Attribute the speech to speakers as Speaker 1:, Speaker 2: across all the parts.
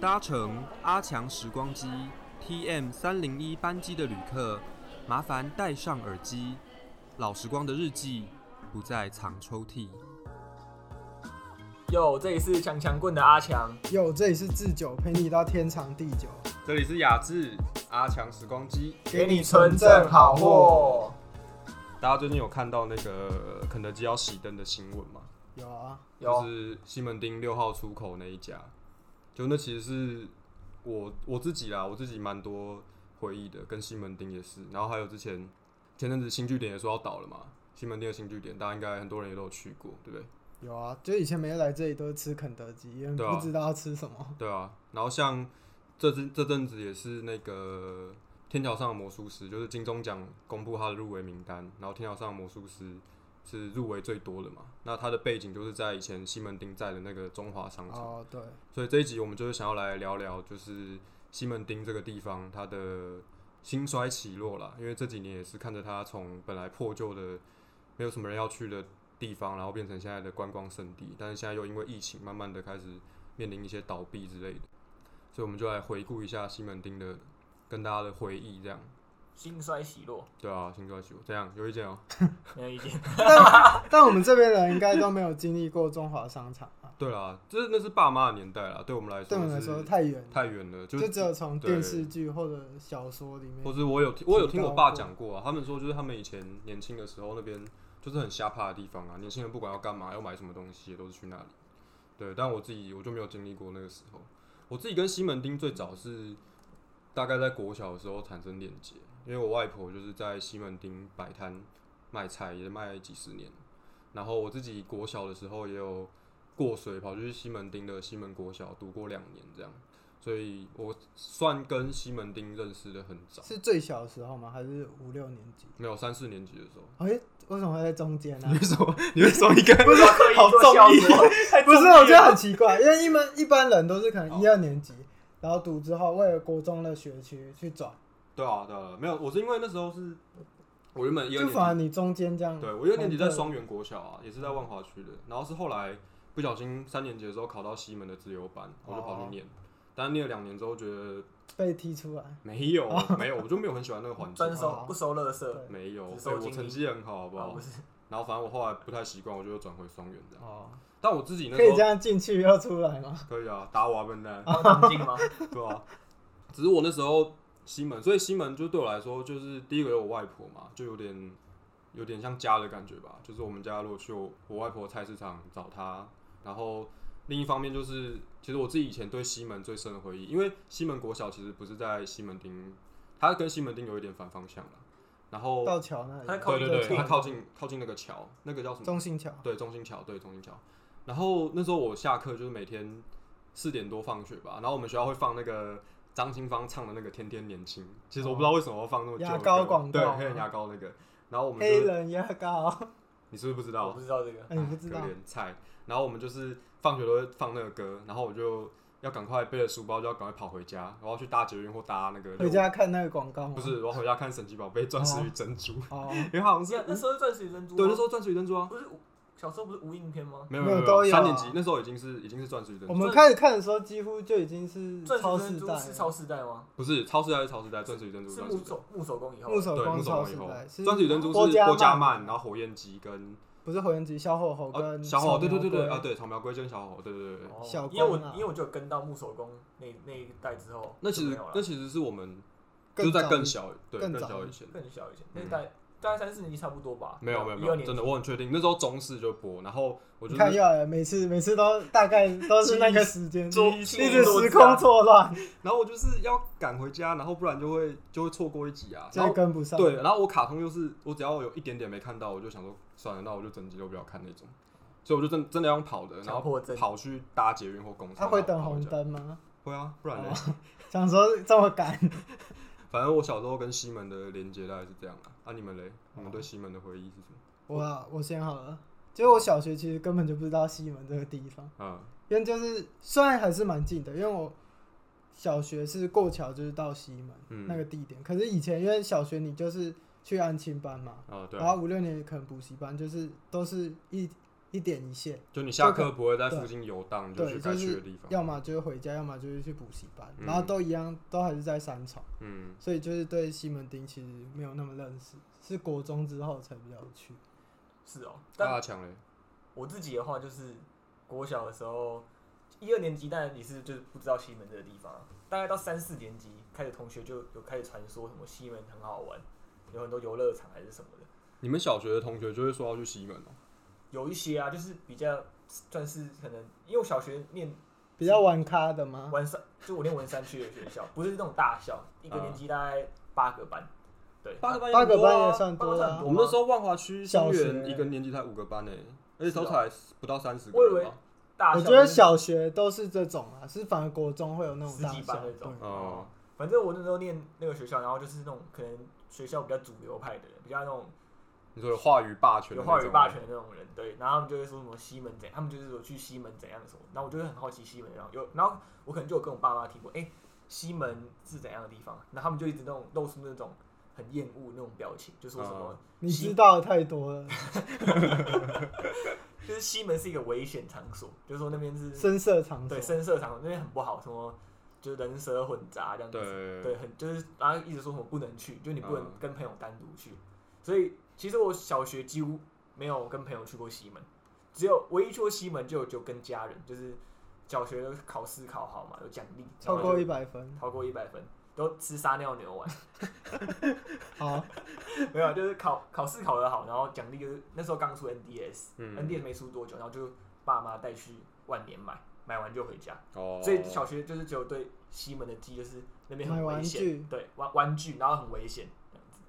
Speaker 1: 搭乘阿强时光机 TM 三零一班机的旅客，麻烦戴上耳机。老时光的日记不再藏抽屉。
Speaker 2: 哟，这里是强强棍的阿强，
Speaker 3: 哟，这里是智久，陪你到天长地久。
Speaker 1: 这里是雅致阿强时光机。
Speaker 2: 给你纯正好货。
Speaker 1: 大家最近有看到那个肯德基要熄灯的新闻吗？
Speaker 3: 有啊，
Speaker 1: 就
Speaker 2: 有
Speaker 1: 是西门町六号出口那一家，就那其实是我我自己啦，我自己蛮多回忆的，跟西门町也是。然后还有之前前阵子新据点也说要倒了嘛，西门町的新据点，大家应该很多人也都有去过，对不对？
Speaker 3: 有啊，就以前没来这里都是吃肯德基，因为
Speaker 1: 对啊
Speaker 3: 不知道要吃什么。
Speaker 1: 对啊。然后像这阵这阵子也是那个天桥上的魔术师，就是金钟奖公布他的入围名单，然后天桥上的魔术师是入围最多的嘛。那他的背景就是在以前西门町在的那个中华商场。
Speaker 3: 哦，对，
Speaker 1: 所以这一集我们就是想要来聊聊，就是西门町这个地方它的兴衰起落啦。因为这几年也是看着它从本来破旧的、没有什么人要去的地方，然后变成现在的观光圣地，但是现在又因为疫情，慢慢的开始面临一些倒闭之类的。所以我们就来回顾一下西门町的跟大家的回忆，这样
Speaker 2: 兴衰喜落，
Speaker 1: 对啊，兴衰起落，这样有意见哦、
Speaker 2: 没有 意见。
Speaker 3: 但我们这边人应该都没有经历过中华商 场啊，
Speaker 1: 对啦，这那是爸妈的年代啦，对我们来
Speaker 3: 对我
Speaker 1: 说
Speaker 3: 们来说
Speaker 1: 是
Speaker 3: 太远，
Speaker 1: 太远了，就
Speaker 3: 就只有从
Speaker 1: 对
Speaker 3: 电视剧或者小说里面
Speaker 1: 或。者我有听我有听我爸讲过啊，他们说就是他们以前年轻的时候那边就是很瞎怕的地方啊，年轻人不管要干嘛要买什么东西都是去那里。对，但我自己我就没有经历过那个时候。我自己跟西门町最早是大概在国小的时候产生链接，因为我外婆就是在西门町摆摊卖菜，也卖了几十年。然后我自己国小的时候也有过水，跑去西门町的西门国小读过两年这样，所以我算跟西门町认识的很早。
Speaker 3: 是最小的时候吗？还是五六年级？
Speaker 1: 没有三四年级的时候，
Speaker 3: 哎、为什么会在中间啊
Speaker 1: 你
Speaker 3: 呢、
Speaker 1: 为什么你为什么一个
Speaker 2: 不是刻意做效果，
Speaker 3: 不是，我觉得很奇怪，因为一般一般人都是可
Speaker 1: 哦
Speaker 3: 能一二年级，然后读之后为了国中的学区去转，
Speaker 1: 对啊对啊，没有，我是因为那时候是我原本一二
Speaker 3: 就反而
Speaker 1: 年
Speaker 3: 你中间这样
Speaker 1: 级，。对我一二年级在
Speaker 3: 从这
Speaker 1: 双元国小啊，也是在万华区的，然后是后来不小心三年级的时候考到西门的自由班，我就跑去念，但念了两年之后觉得
Speaker 3: 被踢出来。
Speaker 1: 没有没有，我就没有很喜欢那个环
Speaker 2: 专
Speaker 1: 境，啊
Speaker 2: 收不收垃圾，
Speaker 3: 对
Speaker 1: 没有，
Speaker 2: 只
Speaker 1: 所以我
Speaker 2: 收精
Speaker 1: 成
Speaker 2: 英
Speaker 1: 绩很好，好不
Speaker 2: 啊
Speaker 1: 好
Speaker 2: 不？是
Speaker 1: 然后反正我后来不太习惯，我就又转回双元这样，
Speaker 3: 哦，
Speaker 1: 但我自己那
Speaker 3: 可以这
Speaker 1: 时候
Speaker 3: 样进去又出来吗？
Speaker 1: 可以啊，打我啊笨蛋。
Speaker 2: 要冷 静吗？
Speaker 1: 对啊，只是我那时候西门，所以西门就对我来说，就是第一个有我外婆嘛，就有点有点像家的感觉吧。就是我们家如果去我我外婆菜市场找她，然后另一方面就是，其实我自己以前对西门最深的回忆，因为西门国小其实不是在西门町，它跟西门町有一点反方向了。然后
Speaker 3: 到桥那
Speaker 2: 它
Speaker 3: 里，
Speaker 2: 靠
Speaker 1: 对
Speaker 2: 近
Speaker 1: 对
Speaker 2: 这个
Speaker 1: 对，它哦
Speaker 2: 桥，
Speaker 1: 靠近靠近那个桥，那个叫什么？
Speaker 3: 中信桥。
Speaker 1: 对，中心桥，对，中心桥。然后那时候我下课就是每天四点多放学吧，然后我们学校会放那个张清芳唱的那个《天天年轻》，其实我不知道为什么要放那么久的
Speaker 3: 哦牙
Speaker 1: 歌
Speaker 3: 膏广
Speaker 1: 对，
Speaker 3: 告
Speaker 1: 黑人牙膏那个。然后我们
Speaker 3: 黑
Speaker 1: 就啊
Speaker 3: 人牙 膏，
Speaker 1: 你是不是不知
Speaker 2: 我
Speaker 1: 道
Speaker 2: 不？知道这个。
Speaker 3: 哎，你不知道
Speaker 1: 可怜菜。然后我们就是放学都会放那个歌，然后我就要赶快背着书包就要赶快跑回家，我要去搭捷运或搭那个
Speaker 3: 回家看那个广告吗？
Speaker 1: 不是，我要回家看神奇宝贝、钻石与珍珠，
Speaker 3: 哦，
Speaker 1: 因为它好像是
Speaker 2: 那那时候是钻石与啊珍珠吗，
Speaker 1: 对那时候钻石与珍珠啊，
Speaker 2: 不是无小时候不是无印片吗？
Speaker 1: 没有
Speaker 3: 没有
Speaker 1: 有
Speaker 3: 都有
Speaker 1: 三年级那时候已经是已经是钻石与珍珠
Speaker 3: 我。们开始看的时候几乎就已经是
Speaker 2: 钻
Speaker 3: 超
Speaker 2: 石
Speaker 3: 市
Speaker 2: 与珍
Speaker 3: 代
Speaker 2: 珠是超
Speaker 3: 了，
Speaker 2: 世代吗？
Speaker 1: 不是超时代是超时代，钻石与珍珠
Speaker 2: 是
Speaker 1: 钻石
Speaker 2: 木
Speaker 1: 与珍珠
Speaker 2: 手木手工以后，
Speaker 3: 木手
Speaker 1: 对木
Speaker 3: 光
Speaker 1: 手
Speaker 3: 超
Speaker 1: 工以
Speaker 3: 时
Speaker 1: 后
Speaker 3: 代，，是
Speaker 1: 钻石与珍珠
Speaker 3: 郭
Speaker 1: 是郭嘉
Speaker 3: 曼
Speaker 1: 曼，然后火焰鸡跟
Speaker 3: 不是火焰鸡小火猴
Speaker 1: 哦
Speaker 3: 跟
Speaker 1: 小火，对对对对
Speaker 3: 草
Speaker 1: 啊
Speaker 3: 莓龟
Speaker 1: 对草苗龟跟小火，对对对对。
Speaker 2: 哦
Speaker 3: 小
Speaker 2: 因为我
Speaker 3: 光啊
Speaker 2: 因为我就有跟到木手工那那一代之后，
Speaker 1: 那其
Speaker 2: 就没
Speaker 1: 实
Speaker 2: 有了
Speaker 1: 那其实是我们就
Speaker 3: 更
Speaker 1: 是在
Speaker 3: 早
Speaker 1: 更小对
Speaker 3: 更
Speaker 1: 更
Speaker 3: 早
Speaker 1: 小以前，
Speaker 2: 更小一些，那
Speaker 1: 嗯
Speaker 2: 一代大概三四年级差不多吧。
Speaker 1: 没有没有没
Speaker 2: 12
Speaker 1: 有，
Speaker 2: 年级
Speaker 1: 真的我很确定那时候中视就播，然后我就
Speaker 3: 你看
Speaker 1: 是
Speaker 3: 又来了，每次每次都大概都是那个时间，一
Speaker 1: 记忆
Speaker 2: 记忆
Speaker 3: 直
Speaker 2: 落
Speaker 3: 时
Speaker 2: 差
Speaker 3: 空错乱，
Speaker 1: 然后我就是要赶回家，然后不然就会就会错过一集啊，然
Speaker 3: 所以
Speaker 1: 后
Speaker 3: 跟不上。
Speaker 1: 对，然后我卡通又是我只要有一点点没看到，我就想说算了，那我就整集都不要看那种，所以我就真真的要用跑的，然
Speaker 2: 强
Speaker 1: 后
Speaker 2: 迫症，
Speaker 1: 跑去搭捷运或公车，
Speaker 3: 他会
Speaker 1: 然
Speaker 3: 等
Speaker 1: 后跑回
Speaker 3: 红
Speaker 1: 家
Speaker 3: 灯吗？
Speaker 1: 会啊，不然
Speaker 2: 哦
Speaker 1: 呢？
Speaker 3: 想说这么赶，
Speaker 1: 反正我小时候跟西门的连接大概是这样啦。啊，你们嘞？你们对西门的回忆是什么？
Speaker 3: 我啊我先好了。就我小学其实根本就不知道西门这个地方，
Speaker 1: 嗯，
Speaker 2: 哦
Speaker 3: 因为就是虽然还是蛮近的，因为我小学是过桥就是到西
Speaker 1: 嗯
Speaker 3: 门那个地点，可是以前因为小学你就是去安亲班嘛，
Speaker 1: 啊，对
Speaker 2: 哦
Speaker 3: 然
Speaker 1: 啊，
Speaker 3: 后五六年可能补习班就是都是一一点一线，
Speaker 1: 就你下课不会在附近游荡，就去
Speaker 3: 对，就
Speaker 1: 该去的
Speaker 3: 是
Speaker 1: 地方。
Speaker 3: 要么就是回家，要么就是去补习班，
Speaker 1: 嗯
Speaker 3: 然后都一样，都还是在三重，
Speaker 1: 嗯，
Speaker 3: 所以就是对西门町其实没有那么认识，是国中之后才比较有去。
Speaker 2: 是哦，但
Speaker 1: 大强嘞，
Speaker 2: 我自己的话就是国小的时候，一二年级当然也是就是不知道西门这个地方啊，大概到三四年级开始，同学就有开始传说什么西门很好玩，有很多游乐场还是什么的，
Speaker 1: 你们小学的同学就会说要去西门哦、
Speaker 2: 有一些啊就是比较算是可能，因为我小学念
Speaker 3: 比较玩咖的吗？
Speaker 2: 文山，就我念文山区的学校，不是那种大校，一个
Speaker 1: 嗯
Speaker 2: 年级大概八个班，对，
Speaker 1: 八个班、啊
Speaker 3: 八个班也算多
Speaker 2: 啊
Speaker 3: 啊
Speaker 2: 八个班
Speaker 3: 了、
Speaker 2: 很
Speaker 1: 我们那时候万华区
Speaker 3: 小
Speaker 1: 校
Speaker 3: 学
Speaker 1: 园一个年级才五个班诶、而且都才不到三十
Speaker 2: 我以
Speaker 1: 个
Speaker 2: 为
Speaker 1: 人吧。
Speaker 2: 大校
Speaker 3: 我觉得
Speaker 2: 就是
Speaker 3: 小学都是这种啊，是反而国中会有那种
Speaker 2: 十
Speaker 3: 大
Speaker 2: 几班
Speaker 3: 校，
Speaker 2: 那
Speaker 3: 对，
Speaker 2: 种。
Speaker 1: 哦
Speaker 2: 哦，反正我那时候念那个学校，然后就是那种可能学校比较主流派的人，比较那种
Speaker 1: 你说有话语霸权，
Speaker 2: 有话语霸权，的那种人，对。然后他们就会说什么西门怎样，他们就是说去西门怎样什么。然后我就会很好奇西门，然后有，然后我可能就有跟我爸妈提过，哎、西门是怎样的地方？然后他们就一直那种露出那种很厌恶那种表情，就说什么、
Speaker 3: 你知道的太多了，
Speaker 2: 就是西门是一个危险场所，就是说那边是
Speaker 3: 深色场所
Speaker 2: 对，深色场所那边很不好，什么就是人蛇混杂这样子。
Speaker 1: 对
Speaker 3: 嗯
Speaker 2: 对，很就是然后一直说什么不能去，就你不能
Speaker 1: 嗯
Speaker 2: 跟朋友单独去。所以其实我小学几乎没有跟朋友去过西门，只有唯一去过西门就就跟家人，就是小学的考试考好嘛，有奖励，
Speaker 3: 超
Speaker 2: 然后
Speaker 3: 过
Speaker 2: 就
Speaker 3: 一百分。
Speaker 2: 超过一百分。都吃撒尿牛丸，
Speaker 3: 好，
Speaker 2: 没有，就是考考试考得好，然后奖励就是那时候刚出 NDS，NDS、
Speaker 1: 嗯，
Speaker 2: NDS 没出多久，然后就爸妈带去万年买，买完就回家。
Speaker 1: 哦，
Speaker 2: 所以小学就是只有对西门的记忆，就是那边
Speaker 3: 买
Speaker 2: 很
Speaker 3: 玩
Speaker 2: 危
Speaker 3: 具
Speaker 2: 险，对玩玩具，然后很危险。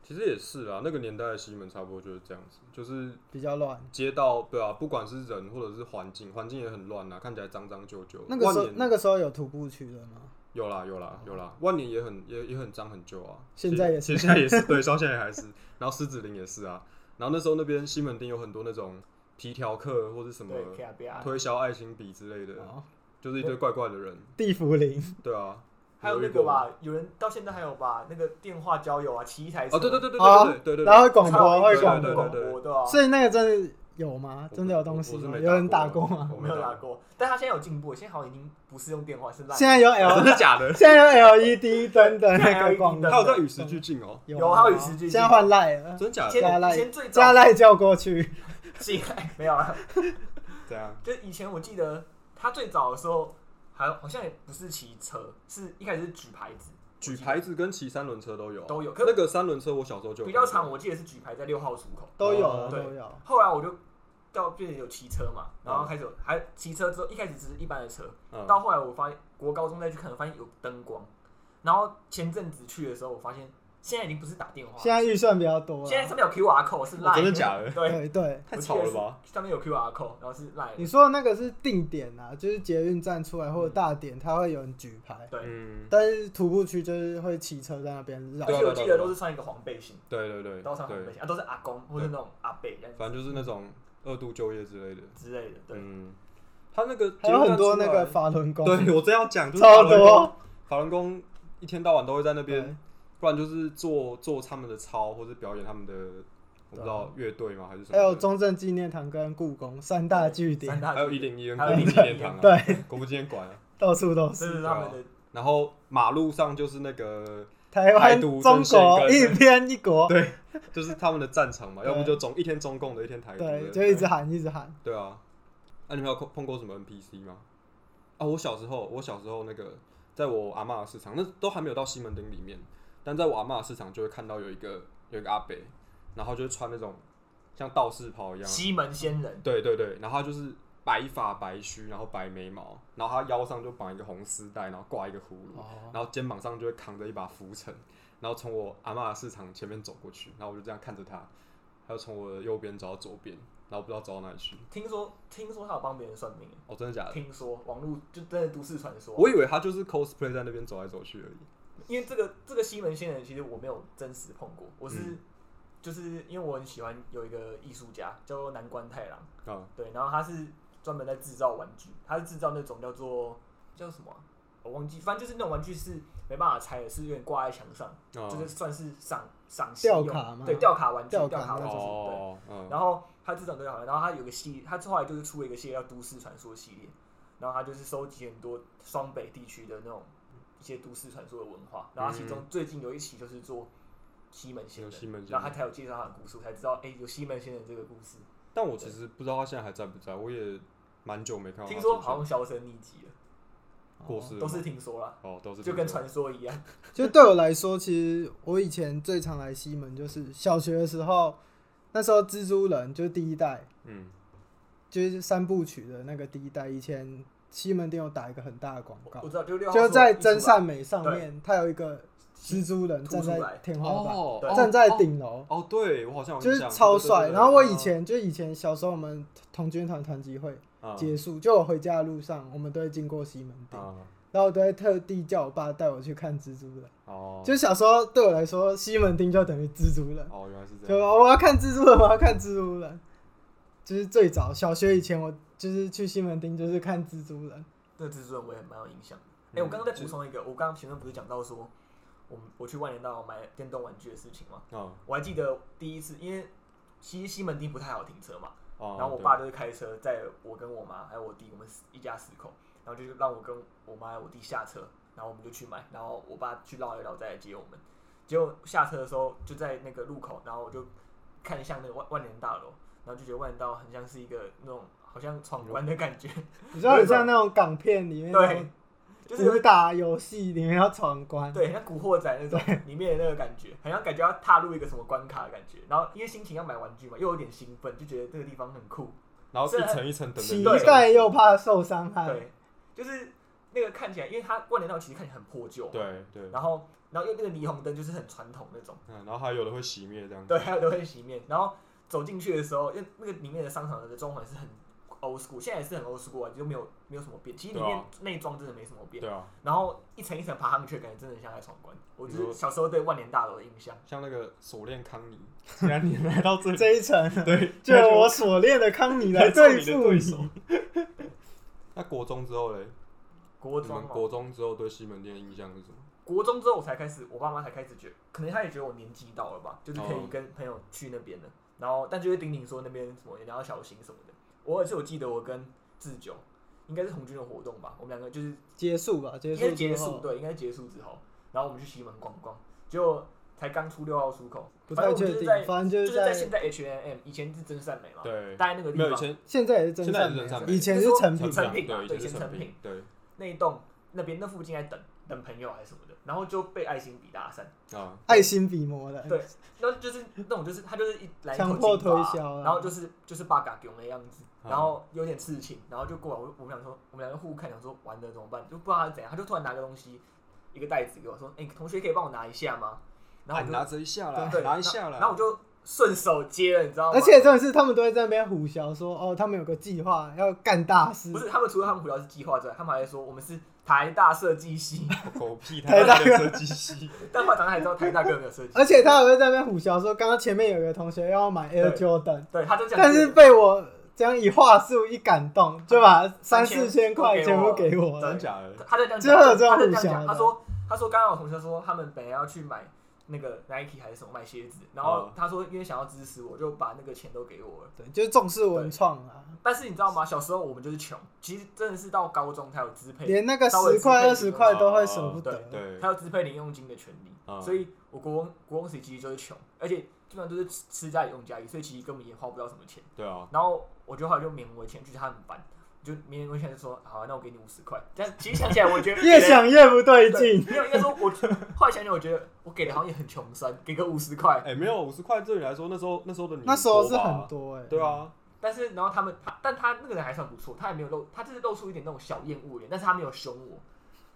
Speaker 1: 其实也是啊，那个年代的西门差不多就是这样子，就是
Speaker 3: 比较乱。
Speaker 1: 街道对啊，不管是人或者是环境，环境也很乱啊，看起来脏脏旧旧。
Speaker 3: 那个时候
Speaker 1: 万年
Speaker 3: 那个时候有徒步区的吗？
Speaker 1: 有啦有啦有啦，万年也很也也很脏很旧啊。
Speaker 3: 现在也是
Speaker 1: 其实现在也是对，到现在也还是。然后狮子林也是啊，然后那时候那边西门町有很多那种皮条客或是什么
Speaker 2: 对，啊啪啪。
Speaker 1: 推销爱心笔之类的，
Speaker 3: 哦，
Speaker 1: 就是一堆怪怪的人。
Speaker 3: 地府林，
Speaker 1: 对啊，
Speaker 2: 还
Speaker 1: 你
Speaker 2: 有那
Speaker 1: 遇
Speaker 2: 个
Speaker 1: 过吗？
Speaker 2: 吧，有人到现在还有吧，那个电话交友啊，骑一台车
Speaker 1: 哦，对对对对
Speaker 3: 啊
Speaker 1: 对对对对，
Speaker 3: 然后会广播
Speaker 2: 还有
Speaker 3: 会
Speaker 2: 一个
Speaker 3: 广
Speaker 1: 对
Speaker 2: 广
Speaker 3: 播，
Speaker 2: 播，对吧？啊
Speaker 3: 所以那个真的有吗？
Speaker 1: 我
Speaker 3: 真的有东西
Speaker 1: 我是
Speaker 3: 吗？
Speaker 1: 没
Speaker 3: 有人打
Speaker 1: 打
Speaker 3: 过吗？
Speaker 1: 我
Speaker 2: 我没有打过，但他现在有进步，现在好像已经不是用电话，是赖。
Speaker 3: 现在有 L，
Speaker 1: 真的假 的？
Speaker 3: 现在有 LED 灯的那个广
Speaker 2: 对
Speaker 3: 告，
Speaker 1: 他有在与时俱进哦，
Speaker 2: 有
Speaker 3: 啊
Speaker 2: 还有与时俱进
Speaker 3: 现在换赖了，
Speaker 1: 真假的？
Speaker 2: 以前
Speaker 3: 加赖
Speaker 2: 以前最
Speaker 3: 加
Speaker 2: 早
Speaker 3: 赖叫过去，
Speaker 2: 进来没有啊？
Speaker 1: 这样
Speaker 2: 就是以前我记得他最早的时候，好好像也不是骑车，是一开始是举牌子，
Speaker 1: 举牌子跟骑三轮车都有啊，
Speaker 2: 都有，可
Speaker 1: 那
Speaker 2: 是
Speaker 1: 个三轮车我小时候就有
Speaker 2: 比较
Speaker 1: 看过
Speaker 2: 长，我记得是举牌在六号出口。
Speaker 3: 都有
Speaker 1: 哦
Speaker 3: 啊
Speaker 2: 对
Speaker 3: 都有。
Speaker 2: 后来我就到变成有骑车嘛，然后开始有还骑车之后，一开始只是一般的车，
Speaker 1: 嗯
Speaker 2: 到后来我发现，国高中再去看，发现有灯光。然后前阵子去的时候，我发现现在已经不是打电话，
Speaker 3: 现在预算比较多了，
Speaker 2: 现在上面有 QR code 是
Speaker 1: 哦
Speaker 2: Line，
Speaker 1: 真的假的？
Speaker 2: 对，
Speaker 3: 对对，
Speaker 1: 太吵了吧！
Speaker 2: 上面有 QR code，然后是 Line，
Speaker 3: 你说的那个是定点啊，就是捷运站出来或者大点，它会有人举牌，
Speaker 2: 对。
Speaker 1: 嗯，
Speaker 3: 但是徒步区就是会骑车在那边
Speaker 2: 而
Speaker 3: 绕
Speaker 1: 对啊。
Speaker 2: 且我记得都是穿一个黄背心，
Speaker 1: 对对对
Speaker 2: 都穿黄背
Speaker 1: 对，
Speaker 2: 心啊，都是阿公或是那种阿伯这样
Speaker 1: 反正就是那种二度就业之类的。
Speaker 2: 之类的，对，
Speaker 1: 嗯，他那个
Speaker 3: 还有很多那个
Speaker 1: 法，
Speaker 3: 法轮功，
Speaker 1: 对我这样讲，就是
Speaker 3: 超
Speaker 1: 法轮
Speaker 3: 多
Speaker 1: 功，法轮功一天到晚都会在那边
Speaker 3: 对，
Speaker 1: 不然就是做做他们的操，或者表演他们的，我不知道乐队吗还是什么
Speaker 3: 啊还
Speaker 1: 的？
Speaker 3: 有中正纪念堂跟故宫三大据
Speaker 2: 三
Speaker 3: 点，
Speaker 2: 大
Speaker 1: 还有
Speaker 2: 据
Speaker 1: 一零一跟
Speaker 2: 还
Speaker 1: 国
Speaker 2: 有
Speaker 1: 父纪念堂啊，
Speaker 3: 对，
Speaker 1: 国父纪念馆啊。
Speaker 3: 到处都
Speaker 2: 这
Speaker 3: 是。
Speaker 2: 是他们的
Speaker 1: 然后马路上就是那个，
Speaker 3: 台湾、
Speaker 1: 台独
Speaker 3: 中
Speaker 1: 阵线
Speaker 3: 国
Speaker 1: 跟
Speaker 3: 一边一国，
Speaker 1: 对，就是他们的战场嘛，
Speaker 3: 对
Speaker 1: 要不就中一天中共的，一天台独
Speaker 3: 对，
Speaker 1: 的，
Speaker 3: 就一直喊，一直喊。
Speaker 1: 对啊。那、你们有碰碰过什么 NPC 吗？啊，我小时候，我小时候那个，在我阿嬷的市场，那都还没有到西门町里面，但在我阿嬷的市场就会看到有一个有一个阿伯，然后就会穿那种像道士袍一样，
Speaker 2: 西门仙人，
Speaker 1: 对对对，然后他就是白发白须，然后白眉毛，然后他腰上就绑一个红丝带，然后挂一个葫芦，
Speaker 3: 哦，
Speaker 1: 然后肩膀上就会扛着一把浮尘，然后从我阿嬷的市场前面走过去，然后我就这样看着他，他就从我的右边走到左边，然后我不知道走到哪里去。
Speaker 2: 听说听说他有帮别人算命，
Speaker 1: 哦，真的假的？
Speaker 2: 听说网络就真的都市传说，
Speaker 1: 我以为他就是 cosplay 在那边走来走去而已。
Speaker 2: 因为这个这个西门仙人，其实我没有真实碰过，我是、就是因为我很喜欢有一个艺术家叫做南关太郎，
Speaker 1: 啊，
Speaker 2: 对，然后他是专门在制造玩具，他是制造那种叫做叫什么啊、我忘记，反正就是那种玩具是没办法拆的，是有点挂在墙上，
Speaker 1: 啊
Speaker 2: 就是算是赏赏析用
Speaker 3: 吊卡吗
Speaker 2: 对，吊卡玩具，
Speaker 3: 吊
Speaker 2: 吊
Speaker 3: 卡
Speaker 2: 卡玩具，
Speaker 3: 那
Speaker 2: 对。
Speaker 1: 哦，嗯，
Speaker 2: 然后他智障队好像，然后他有个系，他后来就是出了一个系列叫《都市传说》系列，然后他就是收集很多双北地区的那种一些都市传说的文化，然后他其中最近有一期就是做西门仙
Speaker 1: 有
Speaker 2: 人，
Speaker 1: 嗯西门仙
Speaker 2: 然后
Speaker 1: 人
Speaker 2: 他才有介绍他的故事，我才知道哎、有西门仙人这个故事，
Speaker 1: 但我其实不知道他现在还在不在，我也蛮久没看到他出现。
Speaker 2: 听说好像销声匿迹了，
Speaker 1: 过世了吗
Speaker 2: 都是听说啦，
Speaker 1: 哦，都是
Speaker 2: 就跟
Speaker 1: 听说
Speaker 2: 传说一样。
Speaker 3: 就对我来说，其实我以前最常来西门，就是小学的时候，那时候蜘蛛人就是第一代，
Speaker 1: 嗯
Speaker 3: 就是三部曲的那个第一代。以前西门町有打一个很大的广
Speaker 2: 我
Speaker 3: 告
Speaker 2: 我，知道，就六号
Speaker 3: 就
Speaker 2: 说
Speaker 3: 在
Speaker 2: 一出
Speaker 3: 真
Speaker 2: 来
Speaker 3: 善美上面，它有一个蜘蛛人
Speaker 2: 凸
Speaker 3: 站
Speaker 2: 出来
Speaker 3: 在天花板，
Speaker 1: 哦
Speaker 2: 对
Speaker 3: 站在
Speaker 1: 哦
Speaker 3: 顶楼，
Speaker 1: 哦，对我好像有
Speaker 3: 就是
Speaker 1: 印象
Speaker 3: 超帅。然后我以，前就以前小时候我们童军团团集会
Speaker 1: 对对对对
Speaker 3: 结束，就我回家的路上，我们都会经过西门
Speaker 2: 哦
Speaker 3: 町，
Speaker 1: 嗯嗯
Speaker 3: 然后我都会特地叫我爸带我去看蜘蛛人。
Speaker 1: 哦，
Speaker 3: 就小时候对我来说，西门町就等于蜘蛛人，
Speaker 1: 哦原来是这
Speaker 3: 就
Speaker 1: 样，
Speaker 3: 我要看蜘蛛人，我要看蜘蛛人。就是最早小学以前，我就是去西门町就是看蜘蛛人，
Speaker 2: 那蜘蛛人我也蛮有印象的。哎、
Speaker 1: 嗯
Speaker 2: 我刚刚再补充一个，我刚刚前面不是讲到说，我们我去万年大楼买电动玩具的事情嘛？
Speaker 1: 嗯
Speaker 2: 我还记得第一次，因为其实西门町不太好停车嘛，
Speaker 1: 哦，
Speaker 2: 然后我爸就是开车载我跟我妈还有我弟，我们一家四口，然后就是让我跟我妈还有我弟下车，然后我们就去买，然后我爸去绕一绕再来接我们。结果下车的时候就在那个路口，然后我就看向那个万万年大楼，然后就觉得万年大楼很像是一个那种好像闯关的感觉，
Speaker 3: 你知道很像那种港片里面那
Speaker 2: 对
Speaker 3: 种，
Speaker 2: 就是有
Speaker 3: 武打游戏里面要闯关，
Speaker 2: 对，很像古惑仔那种里面的那个感觉，好像感觉要踏入一个什么关卡的感觉。然后因为心情要买玩具嘛，又有点兴奋，就觉得这个地方很酷。
Speaker 1: 然后一层一层等
Speaker 3: 期
Speaker 1: 等
Speaker 2: 对
Speaker 1: 等，
Speaker 3: 待又怕受伤害，
Speaker 2: 对，就是那个看起来，因为它万年道其实看起来很破旧，
Speaker 1: 对对，
Speaker 2: 然后然后又那个霓虹灯就是很传统那种，
Speaker 1: 嗯，然后还有的会熄灭这样，
Speaker 2: 对，还有都会洗面。然后走进去的时候，因为那个里面的商场的装潢是很 old school，现在也是很 old school 啊，就没有没有什么变。其实里
Speaker 1: 对
Speaker 2: 面
Speaker 1: 啊
Speaker 2: 内装真的没什么变，
Speaker 1: 对啊，
Speaker 2: 然后一层一层爬上去，感觉真的像在闯关。我就是小时候对万年大楼的印象。
Speaker 1: 像那个锁链康妮，既然你来到这里，
Speaker 3: 这一层
Speaker 1: 对，
Speaker 3: 就由我所练的康妮 来
Speaker 1: 对
Speaker 3: 对
Speaker 1: 付
Speaker 3: 付
Speaker 1: 手
Speaker 3: 你。。
Speaker 1: 那国中之后嘞，
Speaker 2: 国
Speaker 1: 你
Speaker 2: 中
Speaker 1: 们
Speaker 2: 嘛
Speaker 1: 国中之后对西门店的印象是什么？
Speaker 2: 国中之后，我才开始，我爸妈才开始觉得，可能他也觉得我年纪到了吧，就是可以
Speaker 1: 哦
Speaker 2: 跟朋友去那边的。然后，但就会叮咛说那边什么你要小心什么的。我而且我记得我跟志久，应该是红军的活动吧，我们两个就是
Speaker 3: 结束吧，结
Speaker 2: 应该
Speaker 3: 束
Speaker 2: 是结
Speaker 3: 之
Speaker 2: 束，
Speaker 3: 后，
Speaker 2: 对，应该是结束之后，然后我们去西门逛逛，结果才刚出六号出口，
Speaker 3: 不
Speaker 2: 反正我们
Speaker 3: 太确
Speaker 2: 就是
Speaker 3: 定
Speaker 2: 在，
Speaker 3: 反正就
Speaker 2: 就是是在
Speaker 3: 在
Speaker 2: 现在 H N M，以前是真善美嘛，
Speaker 1: 对，
Speaker 2: 待那啊个地
Speaker 1: 没有以
Speaker 2: 方
Speaker 1: 前
Speaker 3: 现在也是真
Speaker 1: 现在也是
Speaker 3: 善美
Speaker 1: 真善美
Speaker 3: 以前是成品
Speaker 2: 成，品嘛
Speaker 1: 对，以
Speaker 2: 对
Speaker 1: 前是
Speaker 2: 以前
Speaker 1: 成
Speaker 2: 成
Speaker 1: 品
Speaker 2: 品，
Speaker 1: 对
Speaker 2: 那一栋那边那附近在等等朋友还是什么的，然后就被爱心笔搭讪。
Speaker 1: 啊，
Speaker 3: 爱心笔磨的，
Speaker 2: 对，然后就是那种就是他就是一来一口
Speaker 3: 强迫
Speaker 2: 劲吧
Speaker 3: 推销啊
Speaker 2: 然后就是就是八嘎囧的样子，
Speaker 1: 嗯
Speaker 2: 然后有点刺青，然后就过来，我我们俩说我们两个互看，想说完了怎么办，就不知道他是怎样，他就突然拿个东西一个袋子给我说，哎、同学可以帮我拿一下吗？然
Speaker 1: 哎
Speaker 2: 后
Speaker 1: 你
Speaker 2: 我就、
Speaker 1: 拿着一下啦，
Speaker 2: 对
Speaker 1: 拿一下啦，
Speaker 2: 然后我就顺手接了，你知道吗？
Speaker 3: 而且重点是他们都会在那边胡笑说，哦，他们有个计划要干大事
Speaker 2: 不，是他们除了他们回答是计划之外，他们还说我们是台大设计系，
Speaker 1: 狗屁，他
Speaker 3: 台
Speaker 1: 那
Speaker 3: 大
Speaker 1: 个设计系，
Speaker 2: 但后来长大才知道台大根本没有设计，
Speaker 3: 而且他还会在那边胡笑说，刚刚前面有个同学要买 Air
Speaker 2: 对
Speaker 3: Jordan，
Speaker 2: 对他真想
Speaker 3: 但是被我这样以话术一感动，就把三
Speaker 2: 千
Speaker 3: 四千块全部给我了
Speaker 2: 对
Speaker 1: 真。假的？
Speaker 2: 他在这样
Speaker 3: 只有
Speaker 2: 讲，
Speaker 3: 这
Speaker 2: 他
Speaker 3: 样
Speaker 2: 在这
Speaker 3: 互
Speaker 2: 样
Speaker 3: 相
Speaker 2: 讲，
Speaker 3: 的
Speaker 2: 他说他说刚刚有同学说他们本来要去买那个 Nike 还是什么买鞋子，然后
Speaker 1: 嗯
Speaker 2: 他说因为想要支持我，就把那个钱都给我了。
Speaker 3: 哦对，就是重视文创啊，
Speaker 2: 但是你知道吗？小时候我们就是穷，其实真的是到高中才有支配，
Speaker 3: 连那个
Speaker 2: 稍微
Speaker 3: 十
Speaker 2: 支
Speaker 3: 块
Speaker 2: 配
Speaker 3: 二十块都会舍不
Speaker 2: 对
Speaker 3: 得。
Speaker 1: 对
Speaker 2: 才，有支配零用金的权利。
Speaker 3: 哦
Speaker 1: 嗯
Speaker 2: 所以我国中国中时期就是穷，而且基本上都是吃吃家里用家里，所以其实根本也花不到什么钱。
Speaker 1: 对啊，
Speaker 2: 然后我就后来就勉为钱，就是他很烦，就勉为钱就说好啊、那我给你五十块。但其实想起来，我觉 得
Speaker 3: 越想越不对
Speaker 2: 对，
Speaker 3: 劲，
Speaker 2: 没有，应该说我后来想想，我觉得我给的好像也很穷酸，给个五十块。
Speaker 1: 哎，没有五十块对你来说，那时候那时候的你
Speaker 3: 那时候是
Speaker 1: 吧
Speaker 3: 很，多哎、
Speaker 1: 对啊，
Speaker 2: 但是然后他们他，但他那个人还算不错，他也没有露，他就是露出一点那种小厌恶脸，但是他没有凶我。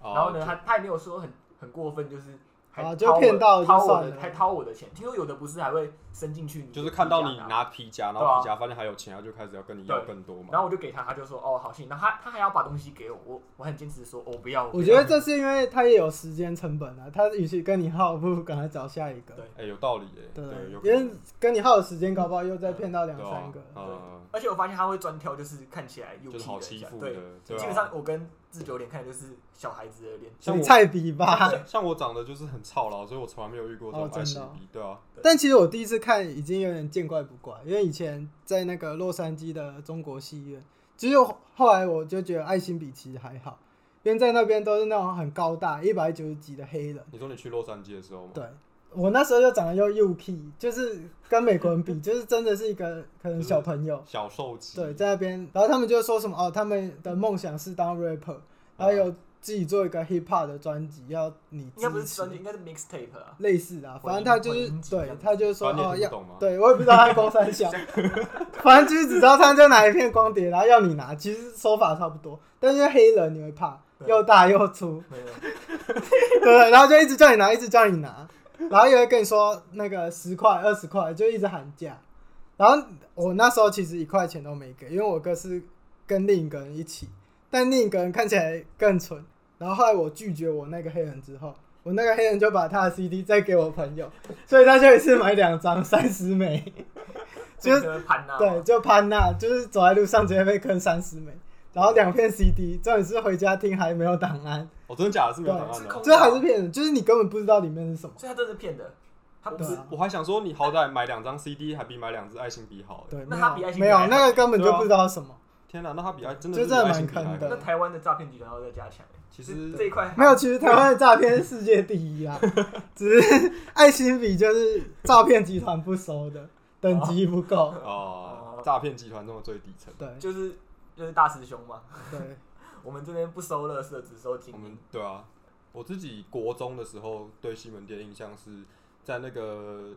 Speaker 1: 哦
Speaker 2: 然后呢，他他也没有说很很过分，就是还
Speaker 3: 啊
Speaker 2: 掏
Speaker 3: 就
Speaker 2: 我
Speaker 3: 骗到就
Speaker 2: 掏我
Speaker 3: 算
Speaker 2: 的，
Speaker 3: 了
Speaker 2: 还掏我的钱。听说有的不是还会伸进去，
Speaker 1: 就是看到你拿皮夹，然
Speaker 2: 对
Speaker 1: 后
Speaker 2: 啊
Speaker 1: 皮夹发现还有钱，他就开始要跟你要
Speaker 2: 对
Speaker 1: 更多嘛。
Speaker 2: 然后我就给他，他就说哦好行，然后他他还要把东西给我，我我很坚持说我不要，不
Speaker 3: 我觉得
Speaker 2: 要
Speaker 3: 这是因为他也有时间成本啊，他与其跟你耗，不如赶快找下一个。
Speaker 2: 对
Speaker 1: 哎，有道理哎，
Speaker 3: 对，啊
Speaker 1: 对，有可
Speaker 3: 因
Speaker 1: 能
Speaker 3: 为跟你耗的时间，搞不好又再骗到两
Speaker 1: 对啊
Speaker 3: 三个。
Speaker 1: 嗯，
Speaker 2: 而且我发现他会专挑，就是看起来有
Speaker 1: 就是好欺负
Speaker 2: 对，
Speaker 1: 的，对
Speaker 2: 基
Speaker 1: 啊
Speaker 2: 本上我跟志久脸看的就是小孩子的脸，
Speaker 1: 像
Speaker 3: 你
Speaker 1: 我
Speaker 3: 菜比吧，
Speaker 1: 像我长得就是很很操劳，所以我从来没有遇过这种
Speaker 3: 哦真
Speaker 1: I
Speaker 3: 的
Speaker 1: C
Speaker 3: 哦
Speaker 1: B，对啊，
Speaker 3: 但其实我第一次看已经有点见怪不怪，因为以前在那个洛杉矶的中国戏院，只有后来我就觉得爱心比其实还好，因为在那边都是那种很高大一百九十几的黑人。
Speaker 1: 你说你去洛杉矶的时候吗？
Speaker 3: 对我那时候就长得又又 key，就是跟美国 人比，就是真的是一个可能小朋友。
Speaker 1: 小受气，
Speaker 3: 对，在那边，然后他们就说什么哦，他们的梦想是当 rapper，然
Speaker 2: 啊
Speaker 3: 后有自己做一个 hip hop 的专辑，要你
Speaker 2: 应该不
Speaker 3: 支
Speaker 2: 是专辑，
Speaker 3: 持，
Speaker 2: 应该是 mixtape 啊。
Speaker 3: 类似的啊，反
Speaker 2: 混
Speaker 3: 正他就
Speaker 2: 混
Speaker 3: 是
Speaker 2: 音集这
Speaker 3: 对
Speaker 2: 样，
Speaker 3: 他就说
Speaker 1: 反正
Speaker 3: 哦
Speaker 1: 你也
Speaker 3: 要
Speaker 1: 听不懂吗？
Speaker 3: 对，我也不知道他高三小，反正就是只知道他就拿一片光碟，然后要你拿，其实手法差不多，但是黑人你会怕，
Speaker 2: 对
Speaker 3: 又大又粗，
Speaker 2: 没有，
Speaker 3: 对不对？然后就一直叫你拿，一直叫你拿，然后也会跟你说那个十块、二十块，就一直喊价。然后我那时候其实一块钱都没给，因为我哥是跟另一个人一起，但另一个人看起来更蠢。然后后来我拒绝我那个黑人之后，我那个黑人就把他的 CD 再给我朋友，所以他就一次买两张三十枚。就是
Speaker 2: 是潘娜嘛，
Speaker 3: 对，就潘娜，就是走在路上直接被坑三十枚，然后两片 CD，重点是回家听还没有档案，
Speaker 1: 哦，真的假的？是没有
Speaker 3: 对
Speaker 1: 答案
Speaker 2: 是
Speaker 1: 的哦
Speaker 2: 空。
Speaker 3: 这还是骗人，就是你根本不知道里面是什么。
Speaker 2: 所以他真的是骗的，他不
Speaker 3: 对
Speaker 2: 是
Speaker 3: 啊
Speaker 1: 我还想说，你好歹买两张 CD，还比买两只爱心笔好。
Speaker 3: 对，
Speaker 2: 那
Speaker 3: 没
Speaker 2: 他
Speaker 3: 有啊
Speaker 2: 比爱情
Speaker 3: 没
Speaker 2: 比
Speaker 3: 有
Speaker 2: 还
Speaker 3: 那
Speaker 2: 好
Speaker 3: 个根本
Speaker 1: 对
Speaker 3: 就
Speaker 1: 啊
Speaker 3: 不知道什么，
Speaker 1: 天哪，那他比爱真的
Speaker 3: 就是真的
Speaker 1: 比爱
Speaker 3: 蛮
Speaker 1: 心笔还
Speaker 3: 坑
Speaker 1: 好
Speaker 3: 的
Speaker 2: 那台湾的诈骗集团要再加强。欸
Speaker 1: 其实
Speaker 2: 啊这这一块
Speaker 3: 没有。其实台湾的诈骗是世界第 一啊，只是爱心笔就是诈骗集团不收的，等级不够。
Speaker 1: 哦
Speaker 2: 哦，
Speaker 1: 诈骗集团中的最底层。
Speaker 3: 对
Speaker 2: 就是就是大师兄嘛，
Speaker 3: 对，
Speaker 2: 我们这边不收乐色，只收精
Speaker 1: 我
Speaker 2: 英
Speaker 1: 们。对啊，我自己国中的时候对西门店印象是在那个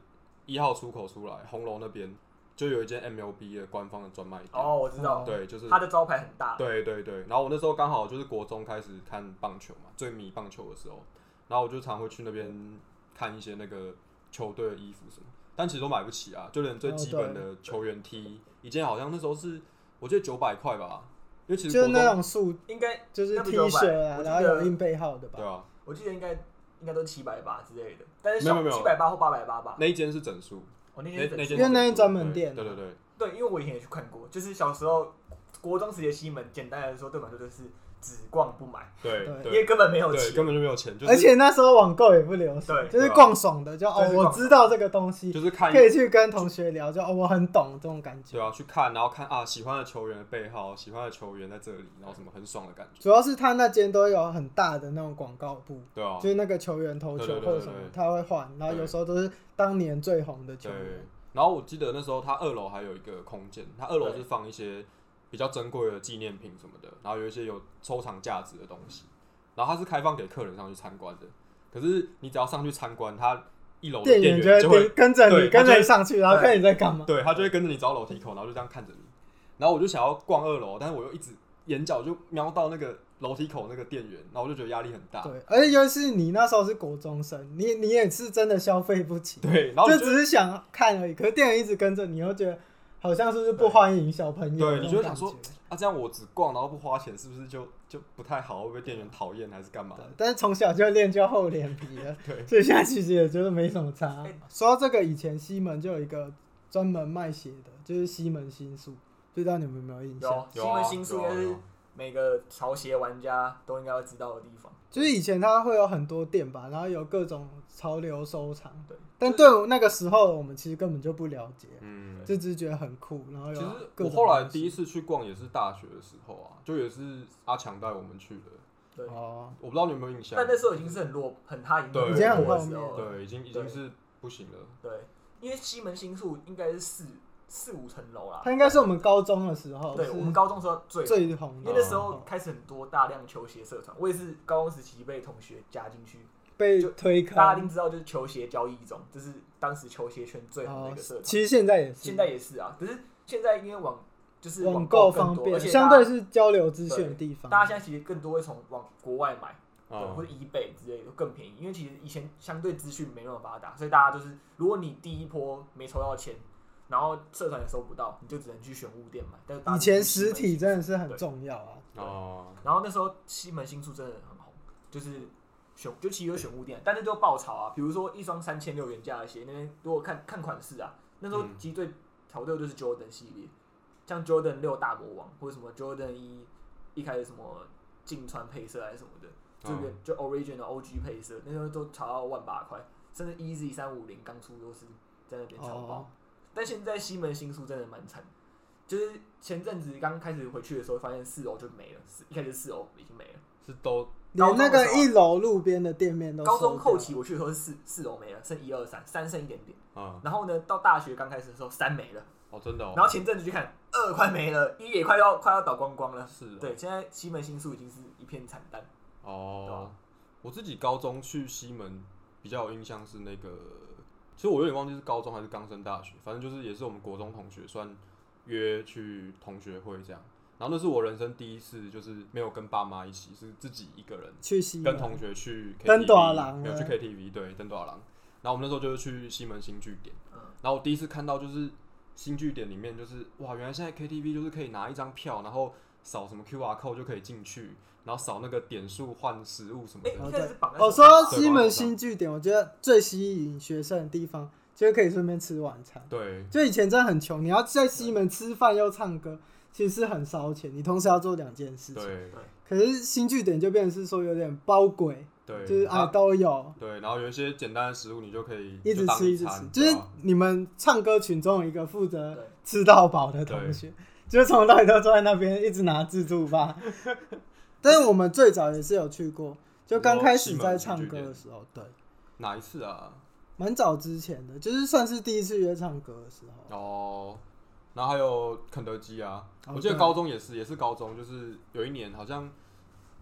Speaker 1: 一号出口出来红楼那边，就有一间 MLB 的官方的专卖店。
Speaker 2: 哦，我知道，
Speaker 1: 对，就是
Speaker 2: 他的招牌很大，
Speaker 1: 对对对，然后我那时候刚好就是国中开始看棒球嘛，最迷棒球的时候，然后我就常会去那边看一些那个球队的衣服什么，但其实都买不起啊，就连最
Speaker 3: 哦
Speaker 1: 基
Speaker 3: 对
Speaker 1: 本的球员 T
Speaker 3: 哦
Speaker 1: 一件好像那时候是我记得九百块吧，因为其
Speaker 3: 就
Speaker 1: 实
Speaker 3: 是
Speaker 1: 国
Speaker 3: 那
Speaker 1: 中
Speaker 3: 种素，
Speaker 2: 应该
Speaker 3: 就是
Speaker 2: 那不
Speaker 3: T
Speaker 2: 900
Speaker 3: 恤啊，
Speaker 2: 我记
Speaker 3: 然后有
Speaker 2: 得
Speaker 3: 印背号的吧
Speaker 1: 对。啊，
Speaker 2: 我记得应该应该都七百八之类的，但是
Speaker 1: 没
Speaker 2: 小
Speaker 1: 有没有
Speaker 2: 七百八或八百八吧。哦
Speaker 1: 那一间是整数，
Speaker 2: 我那
Speaker 1: 那
Speaker 2: 天
Speaker 1: 那间
Speaker 2: 整
Speaker 3: 因为那间
Speaker 1: 间
Speaker 3: 专门店
Speaker 1: 对对对，
Speaker 2: 对，因为我以前也去看过，就是小时候国中时期的西门，简单来说对我们来说就是只逛不买，
Speaker 1: 对
Speaker 3: 对
Speaker 1: 对
Speaker 2: 因
Speaker 1: 对
Speaker 2: 为根本没有
Speaker 1: 对，
Speaker 2: 钱。
Speaker 1: 根本就没有钱，就是
Speaker 3: 而且那时候网购也不流行
Speaker 2: 对，
Speaker 3: 就是
Speaker 1: 对啊
Speaker 3: 逛爽的，就哦
Speaker 2: 就是逛
Speaker 3: 我
Speaker 2: 爽
Speaker 3: 知道这个东西，
Speaker 1: 就是看
Speaker 3: 可以去跟同学聊，就哦我很懂这种感觉
Speaker 1: 对。啊，去看，然后看啊喜欢的球员的背号，喜欢的球员在这里，然后什么很爽的感觉，
Speaker 3: 主要是他那间都有很大的那种广告部，
Speaker 1: 对啊，
Speaker 3: 就是那个球员投球
Speaker 1: 对对对
Speaker 3: 或者什么
Speaker 1: 对对，
Speaker 3: 他会换，然后有时候都是当年最红的球
Speaker 1: 对
Speaker 3: 员。，
Speaker 1: 然后我记得那时候他二楼还有一个空间，他二楼
Speaker 2: 对
Speaker 1: 是放一些比较珍贵的纪念品什么的，然后有一些有收藏价值的东西，然后它是开放给客人上去参观的。可是你只要上去参观，他一楼的
Speaker 3: 店
Speaker 1: 员
Speaker 3: 员
Speaker 1: 就
Speaker 3: 就会
Speaker 1: 会，
Speaker 3: 跟跟着你，
Speaker 1: 对他就
Speaker 3: 跟
Speaker 1: 会
Speaker 3: 着你上去，然后看你在干嘛。
Speaker 1: 对他就会跟着你走到楼梯口，然后就这样看着你。然后我就想要逛二楼，但是我又一直眼角就瞄到那个楼梯口那个店员，然后我就觉得压力很大。
Speaker 3: 对，而且尤其是你那时候是国中生，你你也是真的消费不起，
Speaker 1: 对，然后
Speaker 3: 就
Speaker 1: 你就
Speaker 3: 只是想看而已。可是店员一直跟着你，又觉得好像是不是不欢迎小朋友？
Speaker 1: 对你
Speaker 3: 就
Speaker 1: 就会想说啊，这样我只逛然后不花钱，是不是就就不太好？会不会店员讨厌还是干嘛的？
Speaker 3: 但是从小就练就厚脸皮 了，
Speaker 1: 对
Speaker 3: 所以现在其实也觉得没什么差
Speaker 2: 哎。
Speaker 3: 说到这个，以前西门就有一个专门卖鞋的，就是西门新宿，不知道你们有没有印象？
Speaker 2: 有
Speaker 1: 有
Speaker 2: 西
Speaker 1: 啊
Speaker 2: 门新宿应
Speaker 1: 有啊
Speaker 2: 该
Speaker 1: 有
Speaker 2: 是
Speaker 1: 啊
Speaker 2: 每个潮鞋玩家都应该要知道的地方。
Speaker 3: 就是以前它会有很多店吧，然后有各种潮流收藏，
Speaker 2: 对，
Speaker 3: 但对我那个时候我们其实根本就不了解，
Speaker 1: 嗯，
Speaker 3: 就只是觉得很酷，然后
Speaker 1: 其
Speaker 3: 有
Speaker 1: 实
Speaker 3: 啊各
Speaker 1: 我
Speaker 3: 种
Speaker 1: 后来第
Speaker 3: 一
Speaker 1: 一次去逛也是大学的时候啊，就也是阿强带我们去的。
Speaker 2: 对，
Speaker 3: 哦，
Speaker 1: 我不知道你有没有印象
Speaker 2: 但？那时候已经是很落，很他已经
Speaker 1: 对
Speaker 2: 落
Speaker 1: 已经
Speaker 2: 魄
Speaker 1: 很
Speaker 2: 的
Speaker 3: 后
Speaker 2: 时候
Speaker 3: 面
Speaker 2: 了。
Speaker 1: 对，已经已
Speaker 2: 对
Speaker 1: 经是不行了。
Speaker 2: 对，因为西门新宿应该是四四五层楼啦
Speaker 3: 它。应该是我们高中的时候，
Speaker 2: 对，
Speaker 3: 是
Speaker 2: 我们高中时候最
Speaker 3: 最哦红
Speaker 2: 因
Speaker 3: 的，
Speaker 2: 为那时候开始很多大量球鞋社团，我也是高中时期被同学加进去。
Speaker 3: 被
Speaker 2: 就
Speaker 3: 推
Speaker 2: 大家一
Speaker 3: 开
Speaker 2: 定，知道，就是球鞋交易中，这是当时球鞋圈最红的一
Speaker 3: 哦
Speaker 2: 个社，团。
Speaker 3: 其实现在也是，
Speaker 2: 现在也是啊，只是现在因为网就是
Speaker 3: 网
Speaker 2: 购
Speaker 3: 购
Speaker 2: 更
Speaker 3: 方
Speaker 2: 多，
Speaker 3: 便，
Speaker 2: 而且
Speaker 3: 相
Speaker 2: 大
Speaker 3: 对
Speaker 2: 家
Speaker 3: 是交流资讯的地方。
Speaker 2: 大家现在其实更多会从往国外买，对，
Speaker 3: 嗯
Speaker 1: 啊
Speaker 2: 或，者 eBay 之类的更便宜，因为其实以前相对资讯没那么发达，所以大家就是，如果你第一波没抽到签，然后社团也收不到，你就只能去选物店买。但是大家
Speaker 3: 以
Speaker 2: 就
Speaker 3: 前
Speaker 2: 是西
Speaker 3: 实
Speaker 2: 门
Speaker 3: 体
Speaker 2: 新
Speaker 3: 真
Speaker 2: 宿
Speaker 3: 的是很
Speaker 2: 对
Speaker 3: 重要啊。
Speaker 1: 哦，
Speaker 2: 然后那时候西门新宿真的很红，就是选就其实有选物店，但是就爆炒啊。比如说一双三千六原价的鞋，那边如果看看款式啊，那时候
Speaker 1: 嗯
Speaker 2: 其实最潮流就是 Jordan 系列，像 Jordan 六大魔王或者什么 Jordan 一一开始什么禁穿配色还是什么的，就原、就 original OG 配色，那时候都炒到万八块，甚至 Easy 三五零刚出都是在那边炒爆。
Speaker 3: 哦
Speaker 2: 但现在西门新宿真的蛮惨，就是前阵子刚开始回去的时候，发现四楼就没了，四一开始四楼已经没了。
Speaker 1: 是都
Speaker 3: 连那个一楼路边的店面都
Speaker 2: 高中
Speaker 3: 收掉
Speaker 2: 后期我去的时候是四四楼没了，剩一二三，三剩一点点。
Speaker 1: 啊、
Speaker 2: 然后呢，到大学刚开始的时候三没了，
Speaker 1: 哦，真的哦，
Speaker 2: 然后前阵子去看二快没了，一也快要快要倒光光了。
Speaker 1: 是、哦、
Speaker 2: 对，现在西门新宿已经是一片惨淡。对
Speaker 1: 哦
Speaker 2: 啊，
Speaker 1: 我自己高中去西门比较有印象是那个，其实我有点忘记是高中还是刚升大学，反正就是也是我们国中同学算约去同学会这样。然后那是我人生第一次，就是没有跟爸妈一起，是自己一个人
Speaker 3: 去西
Speaker 1: 跟
Speaker 3: 门
Speaker 1: 同学去 KTV，
Speaker 3: 嗯登大郎
Speaker 1: 没有
Speaker 3: 了
Speaker 1: 去 KTV，对，登短廊。然后我们那时候就是去西门新据点，
Speaker 2: 嗯
Speaker 1: 然后我第一次看到就是新据点里面就是哇，原来现在 KTV 就是可以拿一张票，然后扫什么 QR code 就可以进去，然后扫那个点数换食物什么
Speaker 2: 哎、
Speaker 1: 的。
Speaker 2: 一开始是绑在
Speaker 3: 我、
Speaker 2: 手
Speaker 3: 哦说到
Speaker 2: 上
Speaker 1: 对
Speaker 3: 西门新据点，我觉得最吸引学生的地方就是可以顺便吃晚餐。
Speaker 1: 对，
Speaker 3: 就以前真的很穷，你要在西门吃饭又唱歌，其实是很烧钱，你同时要做两件事情。
Speaker 1: 对，
Speaker 3: 可是新据点就变成是说有点包鬼，
Speaker 1: 对，
Speaker 3: 就是啊都有，
Speaker 1: 对，然后有一些简单的食物你就可以
Speaker 3: 一直
Speaker 1: 就当
Speaker 3: 吃一直吃
Speaker 1: 餐，，
Speaker 3: 就是
Speaker 1: 对啊
Speaker 3: 你们唱歌群中有一个负责
Speaker 2: 对
Speaker 3: 吃到饱的同学，就是从头到尾都坐在那边一直拿自助 吧。但是我们最早也是有去过，就刚开始在唱歌的时候，对，
Speaker 1: 哪一次啊？
Speaker 3: 蛮早之前的，就是算是第一次约唱歌的时候。
Speaker 1: 哦，然后还有肯德基啊，
Speaker 3: 哦
Speaker 1: 我记得
Speaker 3: 对
Speaker 1: 高中也是，也是高中，就是有一年好像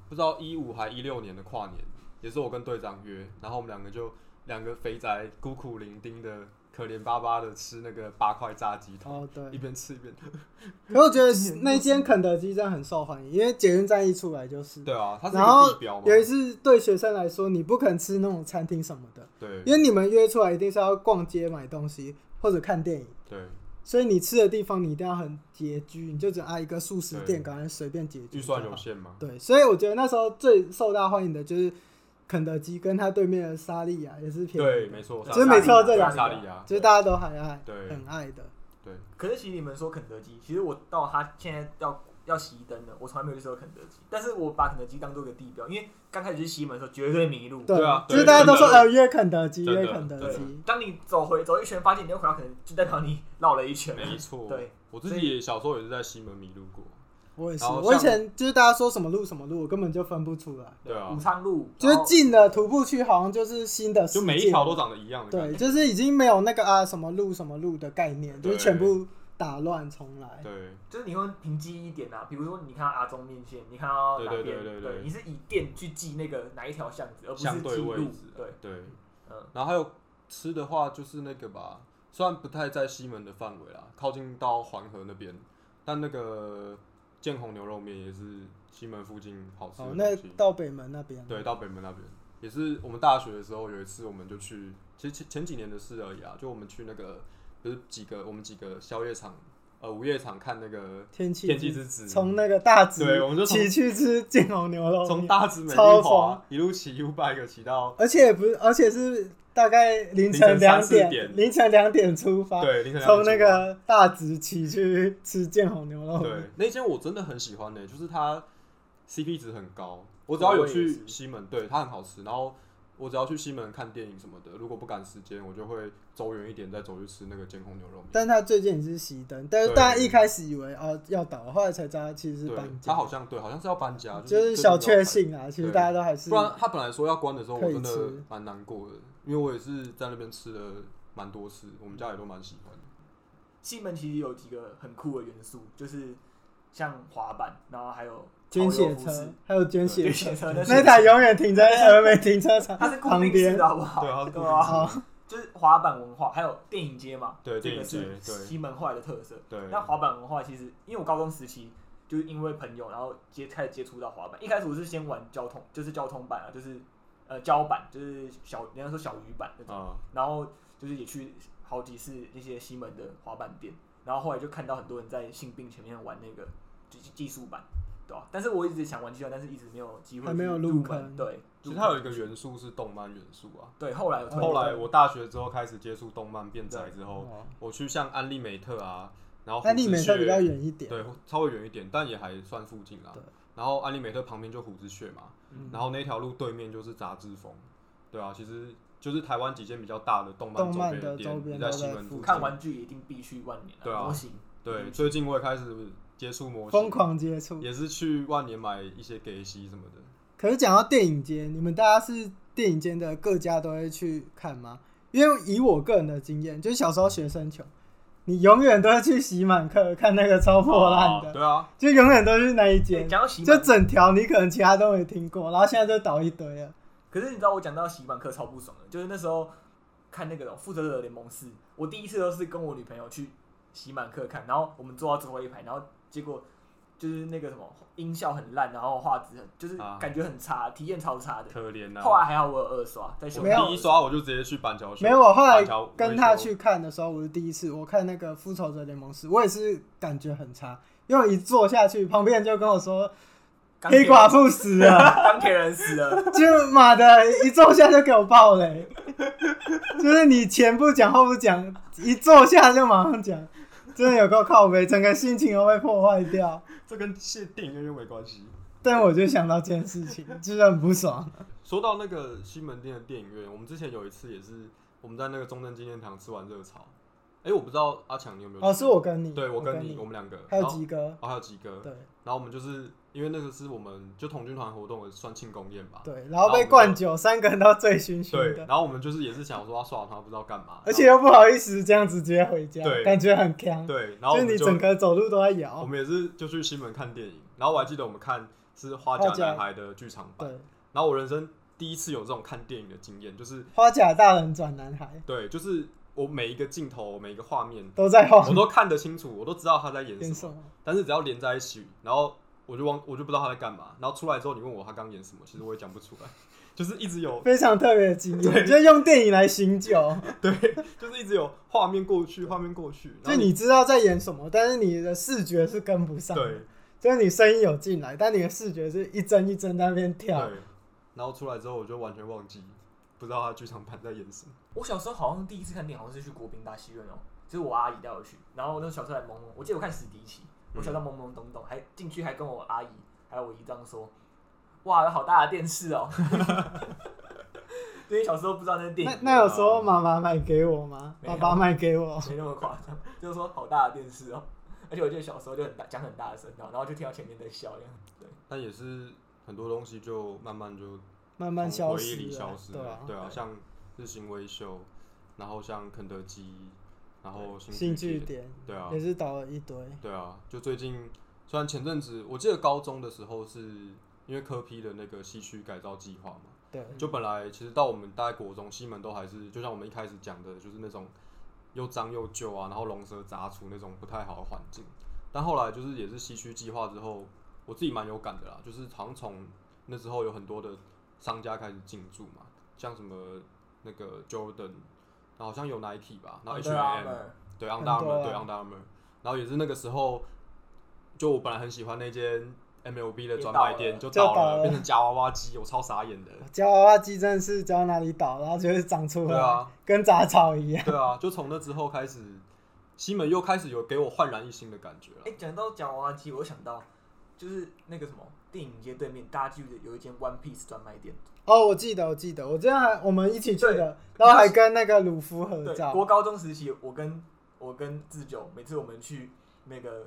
Speaker 1: 不知道一五还一六年的跨年，也是我跟队长约，然后我们两个就两个肥宅孤苦伶仃的、可怜巴巴的吃那个八块炸鸡腿，
Speaker 3: 哦，对。
Speaker 1: 一边吃一边，
Speaker 3: 可我觉得那间肯德基真的很受欢迎，因为捷运站一出来就是。
Speaker 1: 对啊，它是一
Speaker 3: 然后
Speaker 1: 个地标嘛，
Speaker 3: 有一次对学生来说，你不肯吃那种餐厅什么的，
Speaker 1: 对
Speaker 3: 因为你们约出来一定是要逛街买东西或者看电影，
Speaker 1: 对，
Speaker 3: 所以你吃的地方你一定要很拮据，你就只按一个素食店，
Speaker 1: 对
Speaker 3: 赶快随便解决。
Speaker 1: 预算有。限嘛，
Speaker 3: 对，所以我觉得那时候最受大欢迎的就是肯德基跟它对面的沙利亚也是便宜
Speaker 1: 对，
Speaker 3: 的，
Speaker 1: 没错，
Speaker 3: 就是每次都这两
Speaker 1: 沙利啊亚，
Speaker 3: 就是大家都很爱，
Speaker 1: 对
Speaker 3: 很爱的。
Speaker 1: 对，
Speaker 2: 可是其实你们说肯德基，其实我到他现在要要熄灯了，我从来没有去吃过肯德基。但是我把肯德基当做一个地标，因为刚开始去西门的时候绝对迷路。
Speaker 1: 对啊
Speaker 3: 就是大家都说
Speaker 1: 对真的
Speaker 3: 呃约肯德基，
Speaker 1: 真的
Speaker 3: 约肯德
Speaker 1: 真
Speaker 3: 基，
Speaker 2: 当你走回走一圈，发现你又回到肯德基，就代表你绕了一圈。
Speaker 1: 没错，
Speaker 2: 对，
Speaker 1: 我自己也小时候也是在西门迷路过，
Speaker 3: 我也是，
Speaker 1: 然后
Speaker 3: 我以
Speaker 1: 像
Speaker 3: 前就是大家说什么路什么路，我根本就分不出来，
Speaker 1: 对啊
Speaker 2: 武，昌路
Speaker 3: 就是进了徒步区，好像就是新的世界，
Speaker 1: 就每一条都长得一样的感
Speaker 3: 对，
Speaker 1: 觉，
Speaker 3: 就是已经没有那个啊什么路什么路的概念，就是
Speaker 1: 对
Speaker 3: 全部打乱重来。
Speaker 1: 对
Speaker 2: 就是你会凭记忆点啊，比如说你看到阿中面线，你看到哪边，
Speaker 1: 对对对对对
Speaker 2: 你是以店去记那个哪一条巷子，而不是
Speaker 1: 相对
Speaker 2: 记
Speaker 1: 位
Speaker 2: 路
Speaker 1: 置。啊，
Speaker 2: 对，
Speaker 1: 对。
Speaker 2: 嗯，
Speaker 1: 然后还有吃的话，就是那个吧，虽然不太在西门的范围啦，靠近到环河那边，但那个建宏牛肉面也是西门附近好吃
Speaker 3: 哦，
Speaker 1: 的
Speaker 3: 那
Speaker 1: 东西。
Speaker 3: 到北门那边，
Speaker 1: 对，到北门那边也是我们大学的时候有一次，我们就去，其实前前几年的事而已啊，就我们去那个就是几个我们几个宵夜场呃午夜场看那个
Speaker 3: 天气
Speaker 1: 天气之子，
Speaker 3: 从那个大
Speaker 1: 对
Speaker 3: 直
Speaker 1: 我们就从
Speaker 3: 骑去吃建宏牛肉
Speaker 1: 从
Speaker 3: 面，
Speaker 1: 大直美丽
Speaker 3: 超
Speaker 1: 华
Speaker 3: 爽
Speaker 1: 一路骑 U bike 骑到
Speaker 3: 而且也不是，而且是大概
Speaker 1: 凌
Speaker 3: 凌晨
Speaker 1: 晨三
Speaker 3: 两
Speaker 1: 四
Speaker 3: 点，
Speaker 1: 点
Speaker 3: 凌晨两点出发，
Speaker 1: 对凌晨两
Speaker 3: 啊从
Speaker 1: 点
Speaker 3: 那
Speaker 1: 出发
Speaker 3: 个大直骑去吃建宏牛肉面
Speaker 1: 对，，那间我真的很喜欢呢、欸就是它 CP 值很高。我只要有
Speaker 3: 哦
Speaker 2: 口味也
Speaker 1: 去
Speaker 2: 是
Speaker 1: 西门，对它很好吃。然后我只要去西门看电影什么的，如果不赶时间，我就会走远一点再走去吃那个监控牛肉面。
Speaker 3: 但他最近也是熄灯，但是
Speaker 1: 对
Speaker 3: 大家一开始以为哦要倒，后来才知道它其实是
Speaker 1: 对
Speaker 3: 搬，
Speaker 1: 它
Speaker 3: 家，
Speaker 1: 好像对，好像是要搬家，
Speaker 3: 就是是小确
Speaker 1: 确。
Speaker 3: 幸啊。其实
Speaker 1: 对
Speaker 3: 大家都还是
Speaker 1: 不然它本来说要关的时候，
Speaker 3: 可
Speaker 1: 我
Speaker 3: 以
Speaker 1: 真的
Speaker 3: 吃
Speaker 1: 蛮难过的，因为我也是在那边吃了蛮多次，我们家也都蛮喜欢的。
Speaker 2: 西门其实有几个很酷的元素，就是像滑板，然后还有
Speaker 3: 捐血
Speaker 2: 潮流服饰
Speaker 3: 车，还有捐血
Speaker 2: 捐
Speaker 3: 车
Speaker 2: 血，车，但
Speaker 3: 那
Speaker 2: 是
Speaker 3: 台永远停在峨眉停车场
Speaker 2: 它是固
Speaker 3: 旁
Speaker 2: 定式
Speaker 3: 边
Speaker 2: 的，。好不好？
Speaker 1: 对它是固定式的
Speaker 2: 啊，
Speaker 3: 好，
Speaker 2: 就是滑板文化，还有电影街嘛，
Speaker 1: 对
Speaker 2: 这个
Speaker 1: 电
Speaker 2: 是
Speaker 1: 影街对
Speaker 2: 西门后来的特色。
Speaker 1: 对，
Speaker 2: 那滑板文化其实，因为我高中时期就是因为朋友，然后接开始接触到滑板。一开始我是先玩交通，就是交通板啊，就是呃胶板，就是小人家说小鱼板那种。
Speaker 1: 啊、
Speaker 2: 然后就是也去好几次那些西门的滑板店，然后后来就看到很多人在性病前面玩那个技技术板，对吧、但是我一直想玩技术板，但是一直没有机会，
Speaker 3: 还没有入
Speaker 2: 入
Speaker 3: 坑
Speaker 2: 门。对，
Speaker 1: 其
Speaker 2: 入
Speaker 1: 实
Speaker 2: 门
Speaker 1: 它有一个元素是动漫元素啊。
Speaker 2: 对，后来有
Speaker 3: 对
Speaker 1: 后来我大学之后开始接触动漫变宅之后，
Speaker 3: 哦
Speaker 1: 我去像安利美特啊，然后
Speaker 3: 那离美特比较
Speaker 1: 远
Speaker 3: 远一点，
Speaker 1: 对，稍微远一点，但也还算附近啦啊
Speaker 3: 对。
Speaker 1: 然后安利美特旁边就虎之穴嘛，
Speaker 3: 嗯
Speaker 1: 然后那条路对面就是杂志风，对啊，其实就是台湾几间比较大的动漫
Speaker 3: 动
Speaker 1: 周
Speaker 3: 漫
Speaker 1: 边
Speaker 3: 的周
Speaker 1: 店，
Speaker 3: 边
Speaker 1: 也
Speaker 3: 都
Speaker 1: 在西
Speaker 3: 在
Speaker 1: 门
Speaker 3: 附
Speaker 1: 附
Speaker 3: 近
Speaker 1: 近。
Speaker 2: 看玩具一定必须万年
Speaker 1: 对啊
Speaker 2: 模型
Speaker 1: 对，最近我也开始接触模
Speaker 3: 疯
Speaker 1: 型，
Speaker 3: 狂接触。
Speaker 1: 也是去万年买一些给息什么的。
Speaker 3: 可是讲到电影街，你们大家是电影街的各家都会去看吗？因为以我个人的经验，就是小时候学生穷，你永远都会去洗满课看那个超破烂的，
Speaker 1: 对啊，
Speaker 3: 就永远都是那一
Speaker 2: 哦对
Speaker 3: 间，
Speaker 2: 讲到洗
Speaker 3: 就
Speaker 2: 版，
Speaker 3: 整条你可能其他都没听过，然后现在就倒一堆了。
Speaker 2: 可是你知道我讲到洗版课超不爽的，就是那时候看那个《复仇者联盟四》，我第一次都是跟我女朋友去洗版课看，然后我们坐到最后一排，然后结果就是那个什么音效很烂，然后画质很就是
Speaker 1: 啊
Speaker 2: 感觉很差，体验超差的。
Speaker 1: 可怜呐、啊
Speaker 2: 后来还好我有二刷，在
Speaker 1: 我
Speaker 2: 修
Speaker 3: 没有
Speaker 1: 第一刷我就直接去板桥学，
Speaker 3: 没有，我后来
Speaker 1: 板桥维修
Speaker 3: 跟他，去看的时候，我是第一次，我看那个《复仇者联盟四》，我也是感觉很差，因为我一坐下去，旁边人就跟我说
Speaker 2: 钢铁
Speaker 3: 黑寡妇死了。
Speaker 2: 钢铁人死了，
Speaker 3: 就妈的，一坐下就给我爆雷， 就是你前不讲后不讲，一坐下就马上讲，真的有够靠背，整个心情都被破坏掉。
Speaker 1: 这跟谢电影院又没关系。
Speaker 3: 但我就想到这件事情，就是很不爽。
Speaker 1: 说到那个西门町的电影院，我们之前有一次也是我们在那个中正纪念堂吃完热炒，哎、我不知道阿强你有没有去？
Speaker 3: 哦，是我跟你，
Speaker 1: 对我
Speaker 3: 跟
Speaker 1: 跟我们两个，
Speaker 3: 还有
Speaker 1: 然后
Speaker 3: 吉哥，
Speaker 1: 哦还有几个，
Speaker 3: 对
Speaker 1: 然后我们就是因为那个是我们就童军团活动的算庆功宴吧，
Speaker 3: 对，然后被灌酒，三个人都醉醺醺
Speaker 1: 对，
Speaker 3: 的，
Speaker 1: 然后我们就是也是想说要耍他不知道干嘛，
Speaker 3: 而且又不好意思这样直接回家，
Speaker 1: 对
Speaker 3: 感觉很坑。
Speaker 1: 对，然后
Speaker 3: 就
Speaker 1: 我
Speaker 3: 是
Speaker 1: 们
Speaker 3: 你
Speaker 1: 就
Speaker 3: 整个走路都在
Speaker 1: 我
Speaker 3: 摇，
Speaker 1: 们也是就去西门看电影，然后我还记得我们看是《花
Speaker 3: 花
Speaker 1: 甲
Speaker 3: 甲
Speaker 1: 男孩》的剧场版，
Speaker 3: 对，
Speaker 1: 然后我人生第一次有这种看电影的经验，就是
Speaker 3: 花甲大人转男孩
Speaker 1: 对，就是我每一个镜头、每一个画面，
Speaker 3: 都在晃
Speaker 1: 我都看得清楚，我都知道他在演什
Speaker 3: 变
Speaker 1: 么，
Speaker 3: 哦什么？
Speaker 1: 但是只要连在一起，然后我就忘，我就不知道他在干嘛，然后出来之后你问我他刚演什么，其实我也讲不出来， 就是一直有
Speaker 3: 非常特别的经验，就是用电影来醒酒，
Speaker 1: 就是一直有画面过去，画面过去，
Speaker 3: 就
Speaker 1: 然后
Speaker 3: 你知道在演什么，但是你的视觉是跟不上，
Speaker 1: 对，
Speaker 3: 就是你声音有进来，但你的视觉是一帧一帧在那边
Speaker 1: 对，
Speaker 3: 跳，
Speaker 1: 然后出来之后我就完全忘记，不知道他剧场版在演什么。
Speaker 2: 我小时候好像第一次看电影，好像是去国宾大戏院哦、就是我阿姨带我去，然后那时候小时候还懵懵，我记得我看史迪奇，我小时候懵懵懂懂，还进去还跟我阿姨还有我姨丈说，哇，有好大的电视哦、 因为小时候不知道那是电
Speaker 3: 那
Speaker 2: 影，
Speaker 3: 那有时
Speaker 1: 啊
Speaker 3: 候妈妈买给我吗？
Speaker 2: 没
Speaker 3: 爸
Speaker 2: 有
Speaker 3: 爸买给我，
Speaker 2: 没那么夸张，就是说好大的电视哦、而且我记得小时候就很大讲很大声，然后然后就听到前面在笑这样，对，
Speaker 1: 但也是很多东西就慢慢就
Speaker 3: 慢
Speaker 1: 从
Speaker 3: 慢消
Speaker 1: 回忆
Speaker 3: 失
Speaker 1: 里
Speaker 3: 了，
Speaker 1: 消失
Speaker 3: 对
Speaker 1: 了
Speaker 3: 啊，
Speaker 1: 对啊，
Speaker 2: 对
Speaker 1: 像日新微秀，然后像肯德基，然后
Speaker 3: 新
Speaker 1: 据
Speaker 3: 据，点
Speaker 1: 对啊
Speaker 3: 也，是倒了一堆，
Speaker 1: 对啊，就最近虽然前阵子我记得高中的时候是因为科批的那个西区改造计划嘛。
Speaker 3: 对，
Speaker 1: 就本来其实到我们大概国中，西门都还是就像我们一开始讲的，就是那种又脏又旧啊，然后龙蛇杂处那种不太好的环境。但后来就是也是西区计划之后，我自己蛮有感的啦，就是好像从那之后有很多的商家开始进驻嘛，像什么那个 Jordan，然后好像有 Nike 吧，
Speaker 2: 哦
Speaker 1: 然后 H&M，、对 u
Speaker 2: 啊
Speaker 1: n d a r
Speaker 3: 很
Speaker 1: m
Speaker 3: 多
Speaker 1: o
Speaker 3: 啊
Speaker 1: u 对 u n d a r m o u 然后也是那个时候，就我本来很喜欢那间 MLB 的专卖店
Speaker 2: 也
Speaker 1: 就
Speaker 3: 就
Speaker 1: 倒
Speaker 3: 倒
Speaker 1: 了，
Speaker 3: 了
Speaker 1: 变成夹娃娃机，我超傻眼 的。
Speaker 3: 夹娃娃机真的是夹到哪里倒，然后就会长出
Speaker 1: 对
Speaker 3: 来，
Speaker 1: 啊，
Speaker 3: 跟杂草一样，
Speaker 1: 对啊，就从那之后开始，西门又开始有给我焕然一新的感觉
Speaker 2: 哎、
Speaker 1: 了。
Speaker 2: 讲到夹娃娃机，我又想到就是那个什么电影街对面，大家记不记得有一间 One Piece 专卖店？
Speaker 3: 哦，我记得，我记得，我之前还我们一起去
Speaker 2: 对
Speaker 3: 的，然后还跟那个鲁夫合
Speaker 2: 对，
Speaker 3: 照，
Speaker 2: 国高中时期，我跟我跟志久，每次我们去那个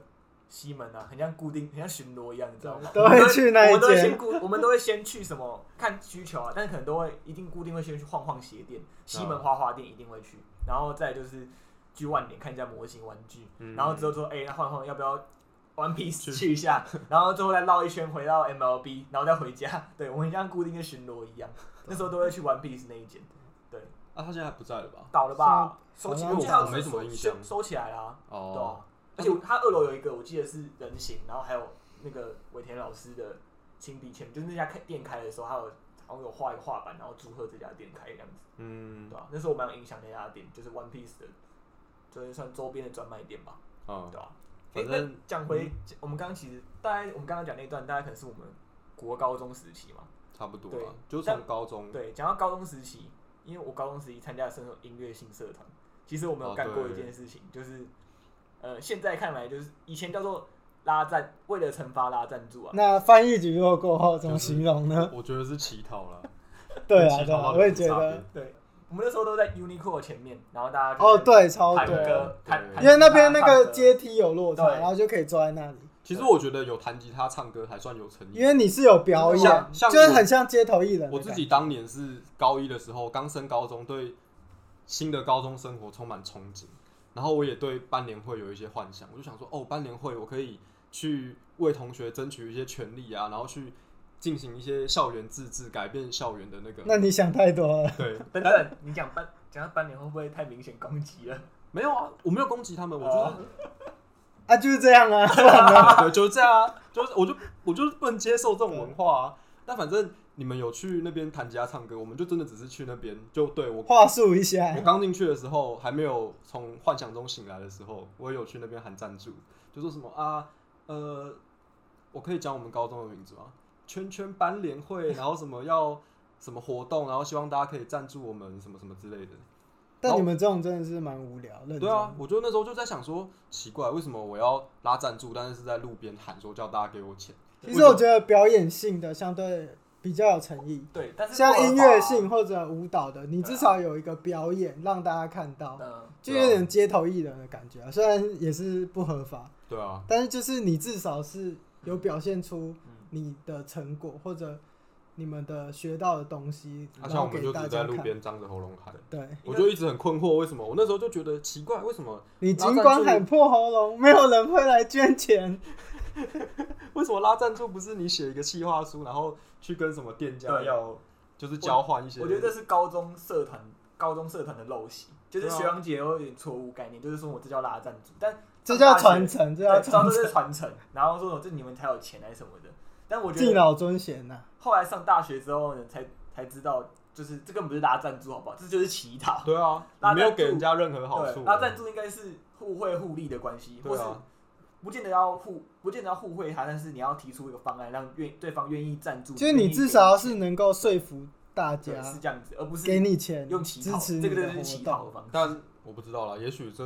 Speaker 2: 西门啊，很像固定，很像巡逻一样，你知道吗？
Speaker 3: 都会去那一
Speaker 2: 我们都会
Speaker 3: 间
Speaker 2: 先固，我们都会先去什么看需求啊，但可能都会一定固定会先去晃晃鞋
Speaker 3: 嗯
Speaker 2: 店，西门花花店一定会去，然后再就是去万年看一下模型玩具，
Speaker 1: 嗯
Speaker 2: 然后之后说，哎、那晃晃要不要 One Piece 去一 下，然后最后再绕一圈回到 MLB，然后再回家。对，我们像固定跟巡逻一样，那时候都会去 One Piece 那一间。对，
Speaker 1: 啊，他现在还不在了吧？
Speaker 2: 倒了吧？收起
Speaker 3: 好
Speaker 2: 来，
Speaker 3: 像
Speaker 2: 记得
Speaker 1: 我没什么
Speaker 2: 收
Speaker 1: 印象
Speaker 2: 收收起来啦、对
Speaker 1: 哦，
Speaker 2: 啊。而且它二楼有一个，我记得是人形，然后还有那个尾田老师的亲笔签名，就是那家开店开的时候，他有好像有画一个画板，然后祝贺这家店开这样子，
Speaker 1: 嗯
Speaker 2: 对，吧、啊那时候我蛮有印象那家店，就是 One Piece 的，就是算周边的专卖店吧。
Speaker 1: 啊，
Speaker 2: 对吧、
Speaker 1: 反
Speaker 2: 反
Speaker 1: 正
Speaker 2: 正嗯讲回、我们刚刚其实大概我们刚刚讲那一段，大概可能是我们国高中时期嘛。
Speaker 1: 差不多
Speaker 2: 对
Speaker 1: 了，就是
Speaker 2: 但
Speaker 1: 从高中，
Speaker 2: 对，讲到高中时期，因为我高中时期参加的是那种音乐性社团，其实我们有
Speaker 1: 哦
Speaker 2: 干过
Speaker 1: 对
Speaker 2: 一件事情，就是呃，现在看来就是以前叫做拉赞，为了惩罚拉赞助啊，
Speaker 3: 那翻译局落过后怎么形容呢？
Speaker 1: 我觉得是乞讨了。
Speaker 3: 对啊，
Speaker 1: 乞
Speaker 3: 对
Speaker 1: 讨
Speaker 3: 啊，
Speaker 1: 到
Speaker 3: 我也
Speaker 1: 人
Speaker 3: 觉
Speaker 1: 品差
Speaker 3: 得
Speaker 1: 别，
Speaker 2: 对，我们那时候都在 Uniqlo 前面，然后大家就
Speaker 3: 哦，
Speaker 2: 在
Speaker 3: 对，超
Speaker 2: 弹
Speaker 3: 对啊，
Speaker 2: 歌，弹
Speaker 1: 对
Speaker 2: 弹
Speaker 3: 因为那
Speaker 2: 吉他
Speaker 3: 边那
Speaker 2: 唱
Speaker 3: 个
Speaker 2: 歌
Speaker 3: 阶梯有落差，
Speaker 2: 对
Speaker 3: 然后就可以坐在那里，
Speaker 1: 其实我觉得有弹吉他唱歌还算有诚意，
Speaker 3: 因为你是有表演，
Speaker 1: 像像
Speaker 3: 就是
Speaker 1: 我
Speaker 3: 很像街头艺人的
Speaker 1: 我
Speaker 3: 感觉。
Speaker 1: 自己当年是高一的时候，刚升高中，对新的高中生活充满憧憬，然后我也对班联会有一些幻想，我就想说，哦，班联会我可以去为同学争取一些权利啊，然后去进行一些校园自治，改变校园的那个。
Speaker 3: 那你想太多了，
Speaker 1: 对，
Speaker 2: 等等，
Speaker 3: 呃
Speaker 2: 你讲班讲到班联会不会太明显攻击 了？
Speaker 1: 没有啊，我没有攻击他们，我
Speaker 2: 哦
Speaker 1: 就是、
Speaker 3: 啊，就是这样啊。
Speaker 1: 对，就是这样 啊，就是我就我就是不能接受这种文化啊。但反正你们有去那边弹吉他唱歌，我们就真的只是去那边，就对我
Speaker 3: 话术一下
Speaker 1: 我，刚进去的时候，还没有从幻想中醒来的时候，我也有去那边喊赞助，就说什么啊，呃，我可以讲我们高中的名字吗？圈圈班联会，然后什么要什么活动，然后希望大家可以赞助我们什么什么之类的。
Speaker 3: 但你们这种真的是蛮无聊，认真
Speaker 1: 对啊，我就那时候就在想说，奇怪，为什么我要拉赞助，但是是在路边喊说叫大家给我钱？
Speaker 3: 其实我觉得表演性的相对比较有诚意，
Speaker 2: 对，但是
Speaker 3: 像
Speaker 2: 不合
Speaker 3: 音
Speaker 2: 法啊
Speaker 3: 乐性，或者舞蹈的，你至少有一个表演让大家看到，
Speaker 1: 啊
Speaker 2: 嗯，
Speaker 3: 就有点街头艺人的感觉啊。虽然也是不合法，
Speaker 1: 对啊，
Speaker 3: 但是就是你至少是有表现出你的成果或者你们的学到的东西，
Speaker 1: 而啊
Speaker 3: 然
Speaker 1: 且我
Speaker 3: 后
Speaker 1: 们
Speaker 3: 给
Speaker 1: 就
Speaker 3: 大
Speaker 1: 只在
Speaker 3: 家
Speaker 1: 路
Speaker 3: 看。
Speaker 1: 边张着喉咙喊。
Speaker 3: 对
Speaker 1: 我就一直很困惑，为什么我那时候就觉得奇怪，为什么
Speaker 3: 你
Speaker 1: 然后
Speaker 3: 尽
Speaker 1: 再
Speaker 3: 管
Speaker 1: 注
Speaker 3: 喊破喉咙，没有人会来捐钱。
Speaker 1: 为什么拉赞助不是你写一个企划书，然后去跟什么店家
Speaker 2: 对
Speaker 1: 要，就是交换一些？
Speaker 2: 我觉得这是高中社团高中社团的陋习，就是
Speaker 1: 对啊
Speaker 2: 学长姐有点错误概念，就是说我这叫拉赞助，但
Speaker 3: 这叫
Speaker 2: 大学
Speaker 3: 传承，这
Speaker 2: 对，
Speaker 3: 叫
Speaker 2: 知道
Speaker 3: 传
Speaker 2: 这
Speaker 3: 承，
Speaker 2: 是传承，然后说这你们才有钱还是什么的。但我觉
Speaker 3: 敬
Speaker 2: 得
Speaker 3: 老尊贤呐、
Speaker 2: 后来上大学之后呢，才才知道，就是这根本不是拉赞助，好不好？这就是乞讨。
Speaker 1: 对啊，
Speaker 2: 拉
Speaker 1: 你
Speaker 2: 赞助
Speaker 1: 没有给人家任何好处啊
Speaker 2: 对，。拉赞助应该是互惠互利的关系，或
Speaker 1: 对
Speaker 2: 是
Speaker 1: 啊，
Speaker 2: 不见得要互，不见得要互惠他，但是你要提出一个方案，让愿对方愿意赞助，
Speaker 3: 就是你至少要是能够说服大
Speaker 2: 对
Speaker 3: 家
Speaker 2: 是这样子，而不是
Speaker 3: 给你钱，
Speaker 2: 用乞
Speaker 3: 支
Speaker 2: 讨，
Speaker 3: 持
Speaker 2: 这
Speaker 3: 你
Speaker 2: 个就是
Speaker 3: 的
Speaker 2: 乞
Speaker 3: 活
Speaker 2: 讨的
Speaker 3: 动。
Speaker 2: 方式。
Speaker 1: 但我不知道啦，也许这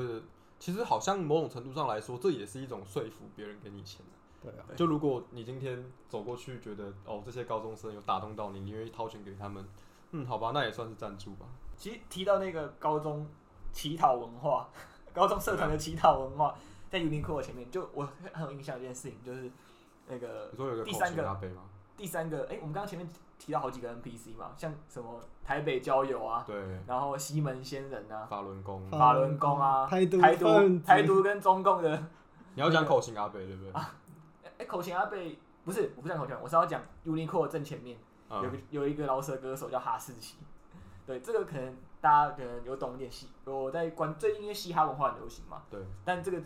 Speaker 1: 其实好像某种程度上来说，这也是一种说服别人给你钱。
Speaker 3: 对啊，
Speaker 2: 对
Speaker 1: 就如果你今天走过去，觉得哦这些高中生有打动到你，你愿意掏钱给他们，嗯，好吧，那也算是赞助吧。
Speaker 2: 其实提到那个高中乞讨文化， 高中社团的乞讨文化，在 Uniqlo 前面，就我很有印象的一件事情，就是那个
Speaker 1: 你说有一个
Speaker 2: 第
Speaker 1: 口
Speaker 2: 三
Speaker 1: 琴
Speaker 2: 个
Speaker 1: 阿贝吗？
Speaker 2: 第三个，哎、我们刚刚前面提到好几个 NPC 嘛，像什么台北交友啊，
Speaker 1: 对，
Speaker 2: 然后西门仙人啊，
Speaker 1: 法轮功。
Speaker 3: 法
Speaker 2: 法轮功啊，
Speaker 3: 嗯台独
Speaker 2: 台
Speaker 3: 分
Speaker 2: 独
Speaker 3: 子
Speaker 2: 台独跟中共的，
Speaker 1: 你要讲口琴阿贝对不对？
Speaker 2: 哎、口琴阿贝不是，我不讲口琴，我是要讲 Uniqlo 的正前面。有个
Speaker 1: 嗯，
Speaker 2: 有一个饶舌歌手叫哈士奇，对这个可能大家可能有懂一点嘻，我在关最近因为嘻哈文化很流行嘛，
Speaker 1: 对，
Speaker 2: 但这个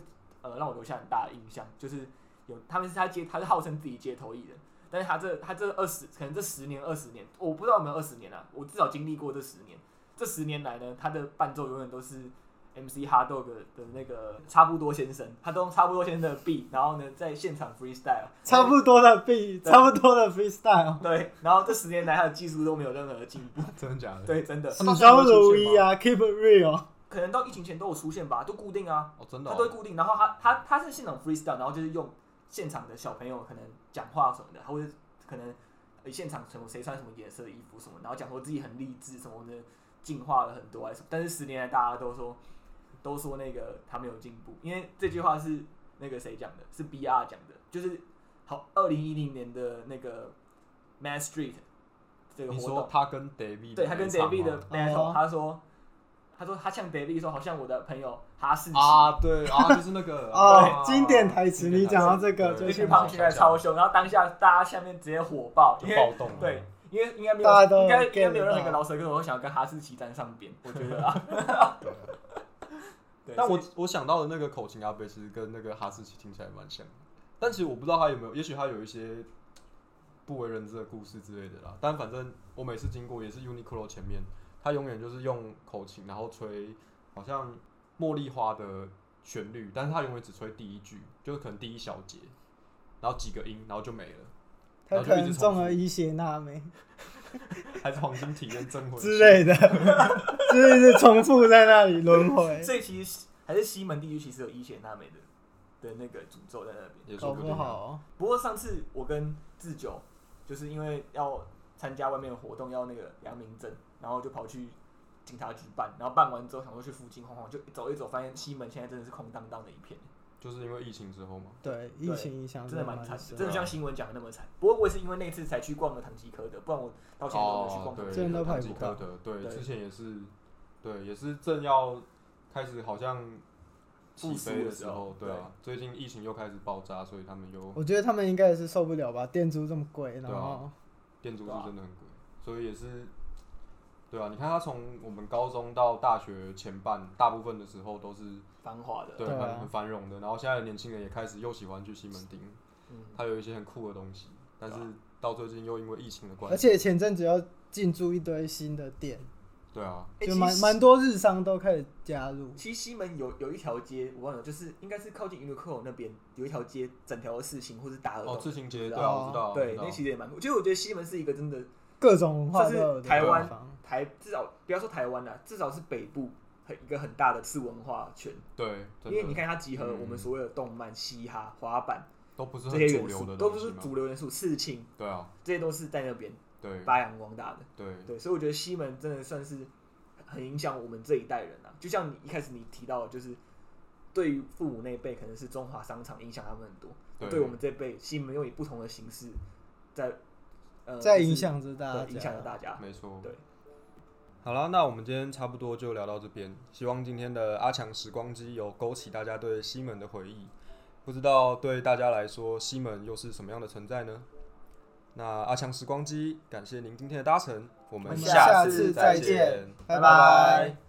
Speaker 2: 呃让我留下很大的印象，就是有他们是他街他是号称自己街头艺人，但是他这他这二十可能这十年二十年，我不知道有没有二十年啊，我至少经历过这十年，这十年来呢，他的伴奏永远都是 MC 哈豆的的那个差不多先生，他都用差不多先生的 beat，然后呢在现场 freestyle，
Speaker 3: 差不多的 B，
Speaker 2: 对啊
Speaker 3: 差不多的 freestyle，
Speaker 2: 对，然后这十年来他的技术都没有任何的进步，
Speaker 1: 真的假的？
Speaker 2: 对， 真的。
Speaker 3: 始终如一
Speaker 1: 啊！
Speaker 3: 啊，keep it real。
Speaker 2: 可能到疫情前都有出现吧，都固定啊，
Speaker 1: 哦，真的
Speaker 2: 它
Speaker 1: 哦
Speaker 2: 都会固定。然后他他他是现场 freestyle，然后就是用现场的小朋友可能讲话什么的，或者可能呃现场什么谁穿什么颜色的衣服什么，然后讲说自己很励志什么的，进化了很多还是什么。但是十年来大家都说都说那个他没有进步，因为这句话是那个谁讲的，是 BR 讲的，就是好二零一零年的那个 Mad Street 这个
Speaker 1: 你
Speaker 2: 活
Speaker 1: 说
Speaker 2: 动。
Speaker 1: 他跟 David
Speaker 2: 对他跟
Speaker 1: 那一场
Speaker 2: David 的
Speaker 1: 吗
Speaker 2: battle，、
Speaker 3: 哦
Speaker 2: 他说，他说他向 David 说，好像我的朋友哈士奇，
Speaker 1: 啊，对啊，就是那个
Speaker 3: 哦
Speaker 1: 啊，
Speaker 3: 经典台词，
Speaker 1: 经典
Speaker 3: 你讲到这个
Speaker 1: 对
Speaker 3: 就
Speaker 2: 就去
Speaker 3: 想
Speaker 2: 胖
Speaker 3: 到
Speaker 1: 旁
Speaker 2: 起来超凶，然后当下大家下面直接火爆，因
Speaker 1: 就
Speaker 2: 为
Speaker 1: 暴动了，
Speaker 2: 对，因为应该没
Speaker 3: 大家
Speaker 2: 有，
Speaker 3: 都
Speaker 2: 应该
Speaker 3: get
Speaker 2: 应该没有任何一个
Speaker 3: 到
Speaker 2: 老舌歌手会想要跟哈士奇沾上边，我觉得啊。
Speaker 1: 对。
Speaker 2: 对
Speaker 1: 但
Speaker 2: 所
Speaker 1: 我
Speaker 2: 以
Speaker 1: 我想到的那个口琴阿贝，其实跟那个哈士奇听起来蛮像的，但其实我不知道他有没有，也许他有一些不为人知的故事之类的啦。但反正我每次经过也是 Uniqlo 前面，他永远就是用口琴，然后吹好像茉莉花的旋律，但是他永远只吹第一句，就是可能第一小节，然后几个音，然后就没了。
Speaker 3: 他可能中了伊邪那美
Speaker 1: 还是黄金体验真魂
Speaker 3: 之类 的，就是一直重复在那里轮回。
Speaker 2: 所以其实还是西门地区其实有伊邪那美的的那个诅咒在那边。
Speaker 1: 也
Speaker 3: 搞
Speaker 1: 说
Speaker 3: 不
Speaker 1: 定啊。
Speaker 3: 好
Speaker 2: 不过上次我跟志久，就是因为要参加外面的活动，要那个良民证，然后就跑去警察局办，然后办完之后想说去附近晃晃，就走一走，发现西门现在真的是空荡荡的一片，
Speaker 1: 就是因为疫情之后嘛，
Speaker 3: 对疫情影响
Speaker 2: 真的蛮
Speaker 3: 蛮
Speaker 2: 惨的，
Speaker 3: 深
Speaker 2: 真的像新闻讲的那么惨。不过我也是因为那次才去逛了唐吉诃德，不然我到现在都没有去
Speaker 1: 哦
Speaker 2: 逛唐
Speaker 1: 对，
Speaker 2: 吉诃
Speaker 3: 真的
Speaker 1: 有
Speaker 3: 拍
Speaker 1: 唐
Speaker 3: 不
Speaker 1: 吉
Speaker 3: 到
Speaker 1: 诃德，对，
Speaker 2: 对
Speaker 1: 之前也是，对，也是正要开始好像起
Speaker 2: 复苏
Speaker 1: 飞
Speaker 2: 的时
Speaker 1: 时候
Speaker 2: 候，
Speaker 1: 对啊，最近疫情又开始爆炸，所以他们又
Speaker 3: 我觉得他们应该也是受不了吧，店租这么贵，然
Speaker 1: 啊对啊
Speaker 3: 后
Speaker 1: 店租
Speaker 2: 对啊
Speaker 1: 是真的很贵，所以也是，对啊，你看他从我们高中到大学前半大部分的时候都是
Speaker 2: 繁华的，
Speaker 1: 对
Speaker 3: 对啊
Speaker 1: 很很繁荣的，然后现在的年轻人也开始又喜欢去西门町，
Speaker 2: 嗯，
Speaker 1: 他有一些很酷的东西，
Speaker 2: 啊
Speaker 1: 但是到最近又因为疫情的关
Speaker 3: 而且前阵子要进驻一堆新的店，
Speaker 1: 对啊，
Speaker 2: 诶
Speaker 3: 就
Speaker 2: 哎其
Speaker 3: 蛮
Speaker 2: 实
Speaker 3: 蛮多日商都开始加入。
Speaker 2: 其实西门有有一条街，我忘了，就是应该是靠近云鲁克口那边有一条街，整条的事情或是达尔
Speaker 1: 哦，
Speaker 2: 洞，
Speaker 1: 刺青街，
Speaker 2: 知
Speaker 1: 对
Speaker 2: 道
Speaker 1: 啊，
Speaker 3: 哦
Speaker 1: 我知道，我
Speaker 2: 对，
Speaker 1: 知道
Speaker 2: 那其实也蛮酷。其实我觉得西门是一个真的
Speaker 3: 各种文化都有
Speaker 2: 算
Speaker 3: 的
Speaker 2: 是台湾
Speaker 3: 地方
Speaker 2: 台至少不要说台湾啦，至少是北部很一个很大的次文化圈，
Speaker 1: 对，
Speaker 2: 因
Speaker 1: 真的
Speaker 2: 为你看它集合
Speaker 1: 嗯
Speaker 2: 我们所谓的动漫、嘻哈、滑板
Speaker 1: 都不是
Speaker 2: 这
Speaker 1: 很
Speaker 2: 些
Speaker 1: 主
Speaker 2: 元
Speaker 1: 流
Speaker 2: 素，
Speaker 1: 的
Speaker 2: 都
Speaker 1: 东
Speaker 2: 不
Speaker 1: 西
Speaker 2: 是
Speaker 1: 嘛，
Speaker 2: 主流元素，刺青
Speaker 1: 对啊，
Speaker 2: 这些都是在那边
Speaker 1: 对
Speaker 2: 发扬光大的。
Speaker 1: 对
Speaker 2: 对，所以我觉得西门真的算是很影响我们这一代人啊。就像你一开始你提到的，就是对于父母那一辈，可能是中华商场影响他们很多；
Speaker 1: 对
Speaker 2: 对我们这一辈，西门又以不同的形式在呃
Speaker 3: 在
Speaker 2: 就是
Speaker 3: 影响着大家，
Speaker 2: 对影响着大家。
Speaker 1: 没错，
Speaker 2: 对。
Speaker 1: 好啦，那我们今天差不多就聊到这边。希望今天的阿强时光机有勾起大家对西门的回忆。不知道对大家来说，西门又是什么样的存在呢？那阿强时光机，感谢您今天的搭乘，我
Speaker 3: 我
Speaker 1: 们
Speaker 3: 们
Speaker 1: 下
Speaker 3: 下次再
Speaker 1: 见
Speaker 3: 见，拜
Speaker 1: 拜
Speaker 3: 拜
Speaker 1: 拜